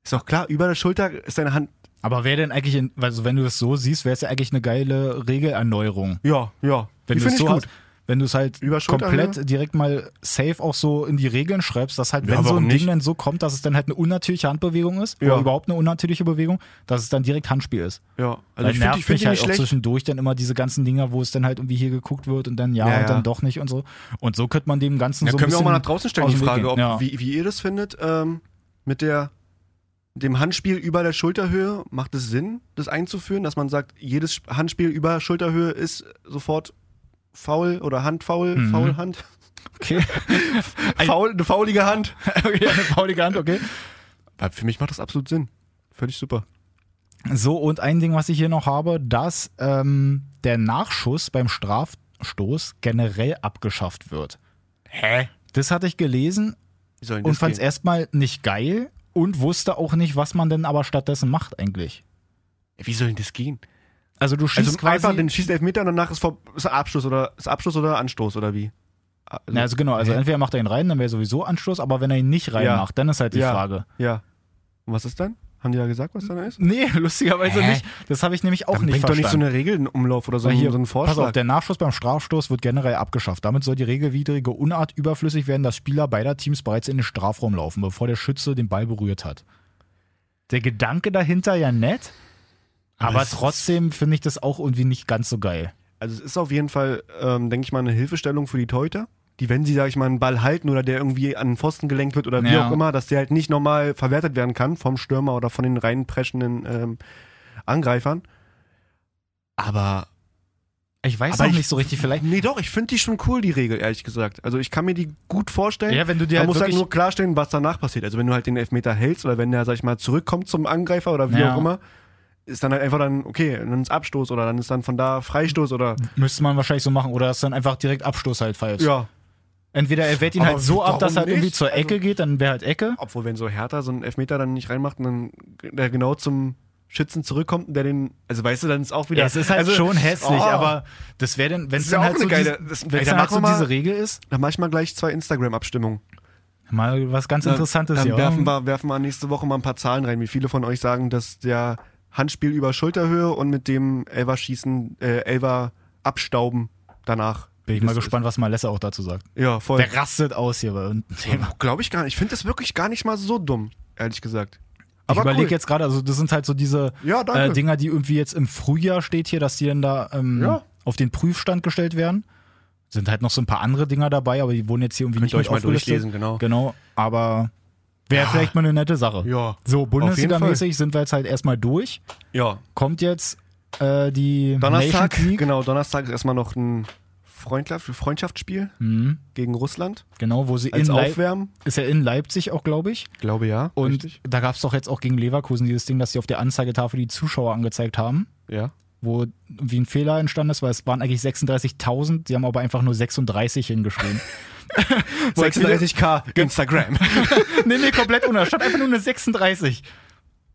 Speaker 4: Ist doch klar, über der Schulter ist deine Hand.
Speaker 3: Aber wäre denn eigentlich, in, also wenn du es so siehst, wäre es ja eigentlich eine geile Regelerneuerung.
Speaker 4: Ja, ja.
Speaker 3: Wenn du
Speaker 4: Die
Speaker 3: es
Speaker 4: find ich
Speaker 3: so
Speaker 4: gut.
Speaker 3: hast, wenn du es halt
Speaker 4: Über Schulter,
Speaker 3: komplett
Speaker 4: ne?
Speaker 3: direkt mal safe auch so in die Regeln schreibst, dass halt,
Speaker 4: Ja,
Speaker 3: wenn so
Speaker 4: warum
Speaker 3: ein Ding
Speaker 4: nicht?
Speaker 3: dann so kommt, dass es dann halt eine unnatürliche Handbewegung ist,
Speaker 4: Ja.
Speaker 3: oder überhaupt eine unnatürliche Bewegung, dass es dann direkt Handspiel ist.
Speaker 4: Ja, also
Speaker 3: Also
Speaker 4: ich
Speaker 3: ich
Speaker 4: finde
Speaker 3: nervt
Speaker 4: die find
Speaker 3: mich
Speaker 4: die
Speaker 3: halt
Speaker 4: nicht
Speaker 3: auch
Speaker 4: schlecht.
Speaker 3: zwischendurch dann immer diese ganzen Dinger, wo es dann halt irgendwie hier geguckt wird und dann ja,
Speaker 4: Ja,
Speaker 3: und dann
Speaker 4: ja.
Speaker 3: doch nicht und so. Und so könnte man dem Ganzen
Speaker 4: Ja,
Speaker 3: so ein
Speaker 4: können wir auch
Speaker 3: bisschen
Speaker 4: mal nach draußen stellen,
Speaker 3: aus
Speaker 4: die
Speaker 3: dem Weg
Speaker 4: Frage,
Speaker 3: gehen.
Speaker 4: ob,
Speaker 3: ja.
Speaker 4: wie, wie ihr das findet, ähm, mit der, dem Handspiel über der Schulterhöhe. Macht es Sinn, das einzuführen, dass man sagt, jedes Handspiel über Schulterhöhe ist sofort faul oder Handfaul,
Speaker 3: Mhm.
Speaker 4: Faulhand?
Speaker 3: Okay.
Speaker 4: Faul, eine faulige Hand.
Speaker 3: okay, eine faulige Hand, okay.
Speaker 4: Weil Für mich macht das absolut Sinn. Völlig super.
Speaker 3: So, und ein Ding, was ich hier noch habe, dass ähm, der Nachschuss beim Strafstoß generell abgeschafft wird. Hä? Das hatte ich gelesen
Speaker 4: Wie soll denn
Speaker 3: und
Speaker 4: das
Speaker 3: fand es
Speaker 4: gehen?
Speaker 3: erstmal nicht geil und wusste auch nicht, was man denn aber stattdessen macht eigentlich.
Speaker 4: Wie soll denn das gehen?
Speaker 3: Also du schießt
Speaker 4: Also
Speaker 3: quasi...
Speaker 4: einfach, dann schießt Elfmeter und danach ist, vor, ist Abschluss oder ist Abschluss oder Anstoß oder wie? Also,
Speaker 3: Na, also genau, also entweder macht er ihn rein, dann wäre sowieso Anschluss, aber wenn er ihn nicht
Speaker 4: Ja.
Speaker 3: reinmacht, dann ist halt die
Speaker 4: Ja.
Speaker 3: Frage.
Speaker 4: ja. Und was ist dann? Haben die da gesagt, was dann ist?
Speaker 3: Nee, lustigerweise
Speaker 4: Hä?
Speaker 3: nicht. Das habe ich nämlich auch
Speaker 4: Dann
Speaker 3: nicht
Speaker 4: bringt doch
Speaker 3: verstanden.
Speaker 4: nicht so eine Regel in Umlauf oder so,
Speaker 3: Weil
Speaker 4: einen-
Speaker 3: hier,
Speaker 4: so einen Vorschlag.
Speaker 3: Pass auf, der Nachschuss beim Strafstoß wird generell abgeschafft. Damit soll die regelwidrige Unart überflüssig werden, dass Spieler beider Teams bereits in den Strafraum laufen, bevor der Schütze den Ball berührt hat. Der Gedanke dahinter ja nett, aber,
Speaker 4: es ist-
Speaker 3: trotzdem finde ich das auch irgendwie nicht ganz so geil.
Speaker 4: also es ist auf jeden Fall, ähm, denke ich mal, eine Hilfestellung für die Torhüter, die, wenn sie, sage ich mal, einen Ball halten oder der irgendwie an den Pfosten gelenkt wird oder wie
Speaker 3: Ja.
Speaker 4: auch immer, dass der halt nicht nochmal verwertet werden kann vom Stürmer oder von den reinpreschenden ähm, Angreifern. Aber,
Speaker 3: Ich weiß
Speaker 4: aber
Speaker 3: auch
Speaker 4: ich-
Speaker 3: nicht so richtig, vielleicht.
Speaker 4: Nee, doch, ich finde die schon cool, die Regel, ehrlich gesagt. Also ich kann mir die gut vorstellen.
Speaker 3: Ja, wenn du dir
Speaker 4: Man
Speaker 3: halt
Speaker 4: muss halt
Speaker 3: wirklich-
Speaker 4: nur klarstellen, was danach passiert. Also wenn du halt den Elfmeter hältst oder wenn der, sag ich mal, zurückkommt zum Angreifer oder wie
Speaker 3: Ja.
Speaker 4: auch immer, ist dann halt einfach dann, okay, dann ist Abstoß oder dann ist dann von da Freistoß oder
Speaker 3: Müsste man wahrscheinlich so machen, oder dass dann einfach direkt Abstoß halt pfeifst.
Speaker 4: ja.
Speaker 3: Entweder er wehrt ihn
Speaker 4: Aber
Speaker 3: halt so ab, dass er
Speaker 4: warum
Speaker 3: halt irgendwie
Speaker 4: nicht? Also
Speaker 3: zur Ecke geht, dann wäre halt Ecke.
Speaker 4: Obwohl, wenn so Hertha so einen Elfmeter dann nicht reinmacht und dann der genau zum Schützen zurückkommt und der den, also weißt du, dann ist auch wieder.
Speaker 3: Ja, es ist halt
Speaker 4: also,
Speaker 3: schon hässlich,
Speaker 4: oh.
Speaker 3: aber das wäre dann, wenn es
Speaker 4: ist ja
Speaker 3: dann
Speaker 4: auch
Speaker 3: halt so,
Speaker 4: eine geile-
Speaker 3: diese,
Speaker 4: das-
Speaker 3: wenn's
Speaker 4: Alter,
Speaker 3: dann halt
Speaker 4: machen
Speaker 3: so
Speaker 4: wir mal-
Speaker 3: diese Regel ist,
Speaker 4: Dann mach ich mal gleich zwei Instagram-Abstimmungen.
Speaker 3: mal was ganz Interessantes
Speaker 4: dann
Speaker 3: hier. ähm,
Speaker 4: werfen wir, werfen wir nächste Woche mal ein paar Zahlen rein, wie viele von euch sagen, dass der Handspiel über Schulterhöhe und mit dem Elfer schießen, äh, Elfer abstauben danach.
Speaker 3: Bin ich mal
Speaker 4: Das ist-
Speaker 3: gespannt, was Malesse auch dazu sagt.
Speaker 4: Ja, voll.
Speaker 3: Der rastet aus hier bei uns.
Speaker 4: Glaube ich gar nicht. Ich finde das wirklich gar nicht mal so dumm, ehrlich gesagt.
Speaker 3: Ich
Speaker 4: Aber
Speaker 3: überlege
Speaker 4: cool.
Speaker 3: jetzt gerade, also das sind halt so diese
Speaker 4: Ja, danke.
Speaker 3: äh, Dinger, die irgendwie jetzt im Frühjahr steht hier, dass die dann da ähm,
Speaker 4: Ja.
Speaker 3: auf den Prüfstand gestellt werden. Sind halt noch so ein paar andere Dinger dabei, aber die wurden jetzt hier irgendwie
Speaker 4: Könnt
Speaker 3: nicht
Speaker 4: ihr euch
Speaker 3: mit
Speaker 4: mal
Speaker 3: aufgelistet.
Speaker 4: durchlesen, genau.
Speaker 3: Genau, aber wäre vielleicht mal eine nette Sache.
Speaker 4: Ja.
Speaker 3: So,
Speaker 4: Auf jeden
Speaker 3: Bundesliga-mäßig sind wir jetzt halt erstmal durch.
Speaker 4: Ja.
Speaker 3: Kommt jetzt äh, die
Speaker 4: Donnerstag,
Speaker 3: Nations League,
Speaker 4: genau, Donnerstag ist erstmal noch ein Freundschaft, Freundschaftsspiel gegen Russland
Speaker 3: genau, wo sie Mhm. in
Speaker 4: als
Speaker 3: Leip
Speaker 4: Aufwärmen.
Speaker 3: ist ja in Leipzig auch, glaube ich.
Speaker 4: Glaube ja.
Speaker 3: Und
Speaker 4: richtig.
Speaker 3: da gab es doch jetzt auch gegen Leverkusen dieses Ding, dass sie auf der Anzeigetafel die Zuschauer angezeigt haben,
Speaker 4: ja.
Speaker 3: wo wie ein Fehler entstanden ist, weil es waren eigentlich 36.000, die haben aber einfach nur 36 hingeschrieben.
Speaker 4: 36k Instagram.
Speaker 3: nee, nee, komplett ohne. Statt einfach nur eine 36.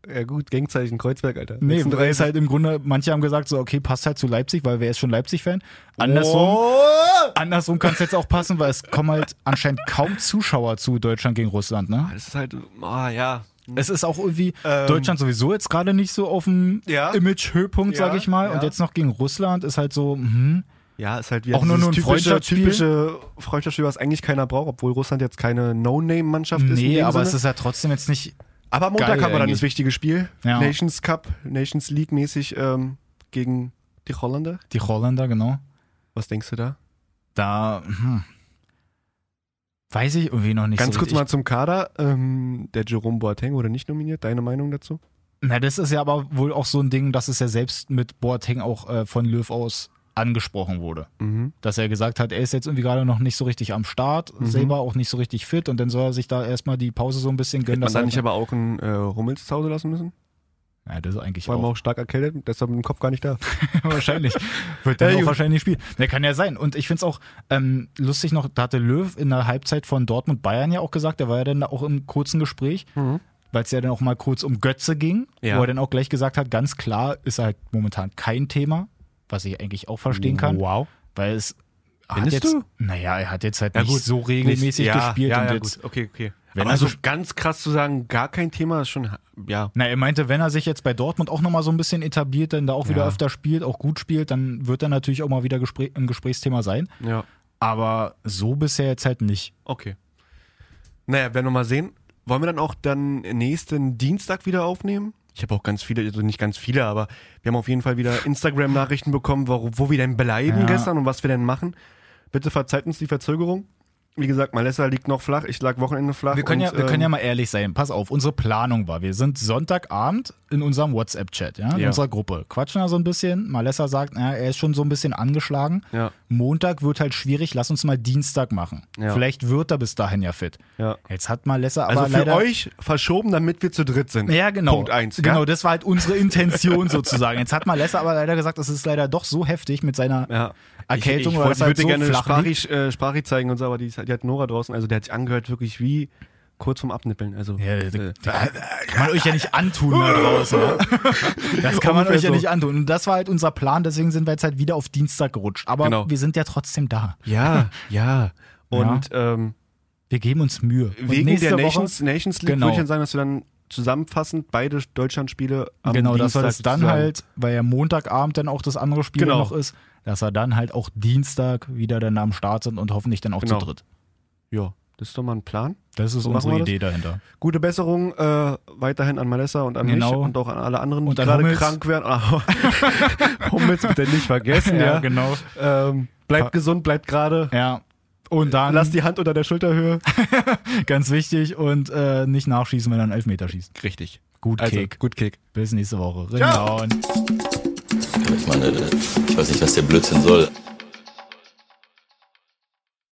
Speaker 4: ja gut, Gangzeichen Kreuzberg, Alter.
Speaker 3: Nee, weil
Speaker 4: 36.
Speaker 3: es halt im Grunde, manche haben gesagt, so, okay, passt halt zu Leipzig, weil wer ist schon Leipzig-Fan? Andersrum, Oh! andersrum kann es jetzt auch passen, weil es kommen halt anscheinend kaum Zuschauer zu Deutschland gegen Russland, ne?
Speaker 4: Das ist halt, ah ja.
Speaker 3: Es ist auch irgendwie Deutschland sowieso jetzt gerade nicht so auf dem
Speaker 4: Ähm. Ja.
Speaker 3: Image-Höhepunkt,
Speaker 4: Ja,
Speaker 3: sag ich mal.
Speaker 4: ja.
Speaker 3: Und jetzt noch gegen Russland ist halt so, mhm.
Speaker 4: Ja, ist halt wie
Speaker 3: Auch nur nur ein Freundschaftsspiel?
Speaker 4: typische Freundschaftsspiel, was eigentlich keiner braucht, obwohl Russland jetzt keine No-Name-Mannschaft ist. in
Speaker 3: Nee,
Speaker 4: dem
Speaker 3: aber
Speaker 4: Sinne.
Speaker 3: es ist ja trotzdem jetzt nicht.
Speaker 4: Aber Montag
Speaker 3: geil
Speaker 4: haben wir dann
Speaker 3: eigentlich.
Speaker 4: das wichtige Spiel.
Speaker 3: Ja.
Speaker 4: Nations Cup, Nations League mäßig ähm, gegen die Holländer.
Speaker 3: Die Holländer, genau.
Speaker 4: Was denkst du da?
Speaker 3: Da. Hm. Weiß ich irgendwie noch nicht
Speaker 4: Ganz
Speaker 3: so
Speaker 4: kurz
Speaker 3: richtig.
Speaker 4: mal zum Kader. Ähm, der Jerome Boateng wurde nicht nominiert. Deine Meinung dazu?
Speaker 3: Na, das ist ja aber wohl auch so ein Ding, dass es ja selbst mit Boateng auch äh, von Löw aus angesprochen wurde.
Speaker 4: Mhm.
Speaker 3: Dass er gesagt hat, er ist jetzt irgendwie gerade noch nicht so richtig am Start, selber auch nicht so richtig fit und dann soll er sich da erstmal die Pause so ein bisschen gönnen.
Speaker 4: Man
Speaker 3: dass er-
Speaker 4: da nicht aber auch einen äh, Rummels zu Hause lassen müssen?
Speaker 3: ja, das ist eigentlich
Speaker 4: Vor allem
Speaker 3: auch.
Speaker 4: auch stark erkältet, deshalb mit dem Kopf gar nicht da.
Speaker 3: wahrscheinlich. Wird dann
Speaker 4: Ja,
Speaker 3: auch
Speaker 4: gut.
Speaker 3: wahrscheinlich spielen. Der kann ja sein. Und ich finde es auch ähm, lustig noch, da hatte Löw in der Halbzeit von Dortmund Bayern ja auch gesagt, der war ja dann auch im kurzen Gespräch, weil es ja dann auch mal kurz um Götze ging,
Speaker 4: Mhm. Ja.
Speaker 3: wo er dann auch gleich gesagt hat, ganz klar ist halt momentan kein Thema, was ich eigentlich auch verstehen kann.
Speaker 4: Wow.
Speaker 3: Weil es hat
Speaker 4: Findest
Speaker 3: jetzt,
Speaker 4: du?
Speaker 3: naja, er hat jetzt halt nicht so regelmäßig
Speaker 4: ja,
Speaker 3: gespielt
Speaker 4: Ja,
Speaker 3: und
Speaker 4: ja,
Speaker 3: jetzt
Speaker 4: gut. Okay, okay.
Speaker 3: Wenn er
Speaker 4: Also
Speaker 3: so,
Speaker 4: ganz krass zu sagen, gar kein Thema ist schon, ja.
Speaker 3: na, er meinte, wenn er sich jetzt bei Dortmund auch nochmal so ein bisschen etabliert, dann da auch wieder
Speaker 4: Ja.
Speaker 3: öfter spielt, auch gut spielt, dann wird er natürlich auch mal wieder Gespräch, ein Gesprächsthema sein.
Speaker 4: Ja,
Speaker 3: Aber so bisher jetzt halt nicht.
Speaker 4: okay. Naja, werden wir mal sehen. Wollen wir dann auch dann nächsten Dienstag wieder aufnehmen? Ich habe auch ganz viele, also nicht ganz viele, aber wir haben auf jeden Fall wieder Instagram-Nachrichten bekommen, wo, wo wir denn bleiben
Speaker 3: Ja.
Speaker 4: gestern und was wir denn machen. Bitte verzeiht uns die Verzögerung. Wie gesagt, Malessa liegt noch flach, ich lag Wochenende flach.
Speaker 3: Wir können,
Speaker 4: und,
Speaker 3: ja, wir können ja
Speaker 4: ähm,
Speaker 3: mal ehrlich sein. Pass auf, unsere Planung war, wir sind Sonntagabend in unserem WhatsApp-Chat, ja, in
Speaker 4: Ja.
Speaker 3: unserer Gruppe. Quatschen da so ein bisschen. Malessa sagt, na, er ist schon so ein bisschen angeschlagen.
Speaker 4: Ja.
Speaker 3: Montag wird halt schwierig, lass uns mal Dienstag machen.
Speaker 4: Ja.
Speaker 3: Vielleicht wird er bis dahin ja fit.
Speaker 4: Ja.
Speaker 3: Jetzt hat Malessa aber
Speaker 4: Also für
Speaker 3: leider
Speaker 4: euch verschoben, damit wir zu dritt sind.
Speaker 3: Ja, genau.
Speaker 4: Punkt eins.
Speaker 3: Genau,
Speaker 4: Ja?
Speaker 3: das war halt unsere Intention sozusagen. Jetzt hat Malessa aber leider gesagt, es ist leider doch so heftig mit seiner
Speaker 4: Ja.
Speaker 3: Erkältung
Speaker 4: ich,
Speaker 3: oder
Speaker 4: ich, wollte-
Speaker 3: dass
Speaker 4: ich
Speaker 3: er
Speaker 4: würde
Speaker 3: so
Speaker 4: gerne
Speaker 3: flach liegt.
Speaker 4: Sprachig, äh, Sprachig zeigen und so, aber die, ist- die hat Nora draußen, also der hat sich angehört wirklich wie kurz vorm Abnippeln. Also,
Speaker 3: Ja, da-
Speaker 4: äh,
Speaker 3: da- kann man euch ja nicht antun da draußen. ne? Das kann man
Speaker 4: Ungefähr
Speaker 3: euch ja
Speaker 4: so.
Speaker 3: nicht antun. Und das war halt unser Plan, deswegen sind wir jetzt halt wieder auf Dienstag gerutscht. Aber
Speaker 4: Genau.
Speaker 3: wir sind ja trotzdem da.
Speaker 4: ja, ja. Und Ähm,
Speaker 3: Wir geben uns Mühe. Und
Speaker 4: wegen
Speaker 3: nächste Woche,
Speaker 4: der Nations, Nations League
Speaker 3: Genau.
Speaker 4: würde ich dann sagen, dass wir dann zusammenfassend beide Deutschlandspiele am
Speaker 3: genau, dass
Speaker 4: Dienstag
Speaker 3: wir das dann
Speaker 4: sozusagen-
Speaker 3: halt, weil ja Montagabend dann auch das andere Spiel
Speaker 4: Genau.
Speaker 3: noch ist, dass wir dann halt auch Dienstag wieder dann am Start sind und hoffentlich dann auch
Speaker 4: Genau.
Speaker 3: zu dritt.
Speaker 4: Ja, das ist doch mal ein Plan.
Speaker 3: Das ist
Speaker 4: So machen
Speaker 3: unsere
Speaker 4: wir das.
Speaker 3: Idee dahinter.
Speaker 4: Gute Besserung äh, weiterhin an Malessa und an mich
Speaker 3: Genau.
Speaker 4: und auch an alle anderen,
Speaker 3: Und
Speaker 4: die
Speaker 3: an
Speaker 4: gerade
Speaker 3: Hummels.
Speaker 4: krank werden. Ah, Hummels bitte nicht vergessen, ja.
Speaker 3: genau.
Speaker 4: Ähm, bleibt gesund, bleibt gerade.
Speaker 3: Ja. Und dann
Speaker 4: Lass die Hand unter der Schulterhöhe.
Speaker 3: ganz wichtig und äh, nicht nachschießen, wenn er einen Elfmeter schießt.
Speaker 4: Richtig.
Speaker 3: Gut,
Speaker 4: Also,
Speaker 3: Kick.
Speaker 4: gut Kick.
Speaker 3: Bis nächste Woche.
Speaker 4: Ciao.
Speaker 3: Rinnauen.
Speaker 9: Aber Ich meine, ich weiß nicht, was der Blödsinn soll.